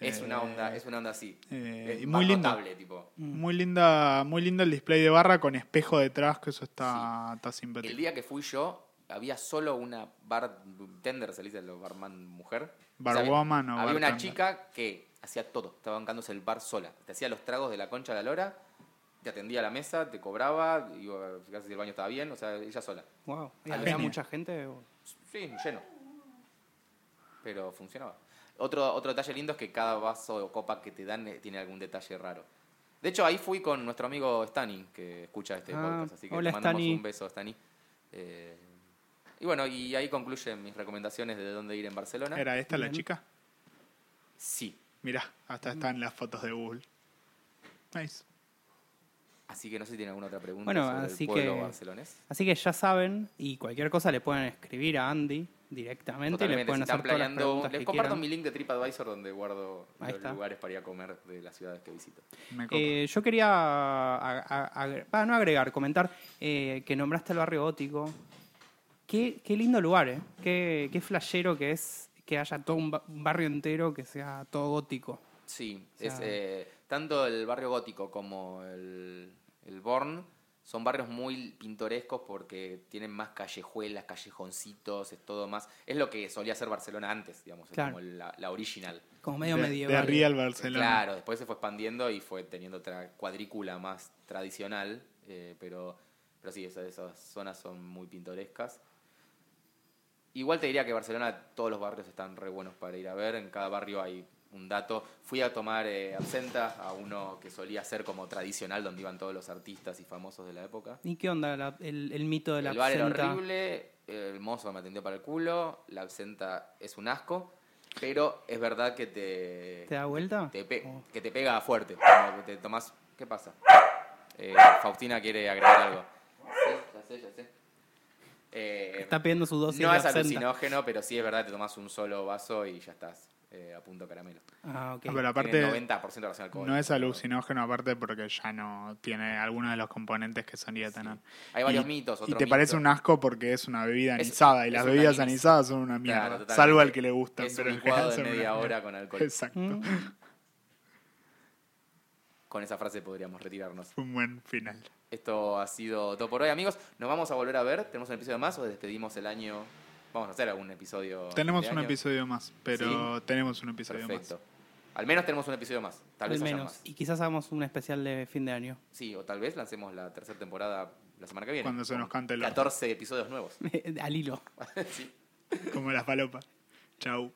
Speaker 1: Es
Speaker 3: Eh,
Speaker 1: una onda, es una onda así.
Speaker 3: eh,
Speaker 1: es
Speaker 3: y muy
Speaker 1: más
Speaker 3: linda.
Speaker 1: notable, tipo.
Speaker 2: Mm.
Speaker 3: Muy linda, muy lindo el display de barra con espejo detrás, que eso está, está simpático.
Speaker 1: El día que fui yo, había solo una bartender, se le dice lo barman mujer. había-
Speaker 3: Barwoman o
Speaker 1: Había una
Speaker 3: bartender.
Speaker 1: chica que hacía todo, estaba bancándose el bar sola. Te hacía los tragos de la concha a la lora, te atendía a la mesa, te cobraba, iba a fijarse si el baño estaba bien, o sea, ella sola.
Speaker 2: Wow. ¿Y
Speaker 1: Al
Speaker 2: había
Speaker 1: genio.
Speaker 2: mucha gente? o-
Speaker 1: Sí, lleno. Pero funcionaba. Otro, otro detalle lindo es que cada vaso o copa que te dan eh, tiene algún detalle raro. De hecho, ahí fui con nuestro amigo Stani, que escucha este
Speaker 2: Ah,
Speaker 1: podcast, así que
Speaker 2: hola,
Speaker 1: te mandamos
Speaker 2: Stani.
Speaker 1: un beso, Stani. Eh, y bueno, y ahí concluyen mis recomendaciones de dónde ir en Barcelona.
Speaker 3: ¿Era esta la
Speaker 2: Bien. Mm.
Speaker 3: chica?
Speaker 1: Sí.
Speaker 3: Mirá, hasta están las fotos de Google. Nice.
Speaker 1: Así que no sé si tiene alguna otra pregunta
Speaker 2: Bueno,
Speaker 1: sobre
Speaker 2: así
Speaker 1: el pueblo
Speaker 2: que-
Speaker 1: barcelonés.
Speaker 2: Así que ya saben, y cualquier cosa le pueden escribir a Andy directamente y le
Speaker 1: Totalmente, si están
Speaker 2: pueden hacer todas las
Speaker 1: planeando,
Speaker 2: preguntas
Speaker 1: les
Speaker 2: que
Speaker 1: comparto
Speaker 2: quieran.
Speaker 1: mi link de TripAdvisor donde guardo
Speaker 2: Ahí
Speaker 1: los
Speaker 2: está.
Speaker 1: lugares para ir a comer de las ciudades que visito.
Speaker 3: Me copa.
Speaker 2: Eh, yo quería ag- ag- agre- ah, no agregar, comentar eh, que nombraste el barrio gótico. Qué, qué lindo lugar, ¿eh? Qué, qué flashero que es que haya todo un, ba- un barrio entero que sea todo gótico.
Speaker 1: Sí,
Speaker 2: sea-
Speaker 1: es, eh, tanto el barrio gótico como el, el Born son barrios muy pintorescos porque tienen más callejuelas, callejoncitos, es todo más. Es lo que solía hacer Barcelona antes, digamos, es
Speaker 2: Claro.
Speaker 1: como la, la original.
Speaker 2: Como medio
Speaker 3: de,
Speaker 2: medieval.
Speaker 3: de Real Barcelona.
Speaker 1: Claro, después se fue expandiendo y fue teniendo otra cuadrícula más tradicional, eh, pero, pero sí, esas, esas zonas son muy pintorescas. Igual te diría que Barcelona todos los barrios están re buenos para ir a ver, en cada barrio hay un dato. Fui a tomar eh, absenta a uno que solía ser como tradicional, donde iban todos los artistas y famosos de la época.
Speaker 2: ¿Y qué onda la- el, el mito de la
Speaker 1: El bar era
Speaker 2: absenta?
Speaker 1: horrible, el mozo me atendió para el culo, la absenta es un asco, pero es verdad que te,
Speaker 2: ¿Te da vuelta?
Speaker 1: te pe-
Speaker 3: Mm.
Speaker 2: Oh.
Speaker 1: que te pega fuerte. Como que te tomás. ¿Qué pasa? Eh, Faustina quiere agregar algo. Sí, ya sé, ya sé. Eh,
Speaker 2: Está pidiendo su dosis
Speaker 1: no
Speaker 2: de
Speaker 1: es
Speaker 2: absenta.
Speaker 1: alucinógeno, pero sí es verdad, te tomás un solo vaso y ya estás. eh, a punto caramelo.
Speaker 2: Ah, ok.
Speaker 3: Ah, pero
Speaker 1: Tiene
Speaker 3: aparte
Speaker 1: 90% de relación alcohólica.
Speaker 3: no es alucinógeno, aparte porque ya no tiene algunos de los componentes que solía tener.
Speaker 1: Hay varios
Speaker 3: Y-
Speaker 1: mitos.
Speaker 3: Y
Speaker 1: Otros
Speaker 3: te parece
Speaker 1: mitos.
Speaker 3: un asco porque es una bebida
Speaker 1: Es-
Speaker 3: anisada y
Speaker 1: es
Speaker 3: las
Speaker 1: una
Speaker 3: bebidas
Speaker 1: anis.
Speaker 3: anisadas son una mierda.
Speaker 1: Claro, totalmente.
Speaker 3: salvo al que le gustan.
Speaker 1: Es
Speaker 3: pero
Speaker 1: un
Speaker 3: en general
Speaker 1: licuado de
Speaker 3: son una
Speaker 1: media
Speaker 3: mierda.
Speaker 1: hora con alcohol.
Speaker 3: Exacto.
Speaker 2: Mm,
Speaker 1: Con esa frase podríamos retirarnos.
Speaker 3: Un buen final.
Speaker 1: Esto ha sido todo por hoy, amigos. Nos vamos a volver a ver. ¿Tenemos un episodio más o despedimos el año? Vamos a hacer algún episodio.
Speaker 3: Tenemos
Speaker 1: de
Speaker 3: un
Speaker 1: año.
Speaker 3: episodio más, pero tenemos un episodio
Speaker 1: Perfecto. Al menos tenemos un episodio más. Tal vez
Speaker 2: Al
Speaker 1: haya
Speaker 2: menos.
Speaker 1: más.
Speaker 2: Y quizás hagamos un especial de fin de año. [LAUGHS]
Speaker 1: Sí, o tal vez lancemos la tercera temporada la semana que viene.
Speaker 3: Cuando se nos
Speaker 1: Con
Speaker 3: cante el orto.
Speaker 1: 14 episodios nuevos.
Speaker 2: Al hilo.
Speaker 1: Sí.
Speaker 3: más, como las palopas. Chau.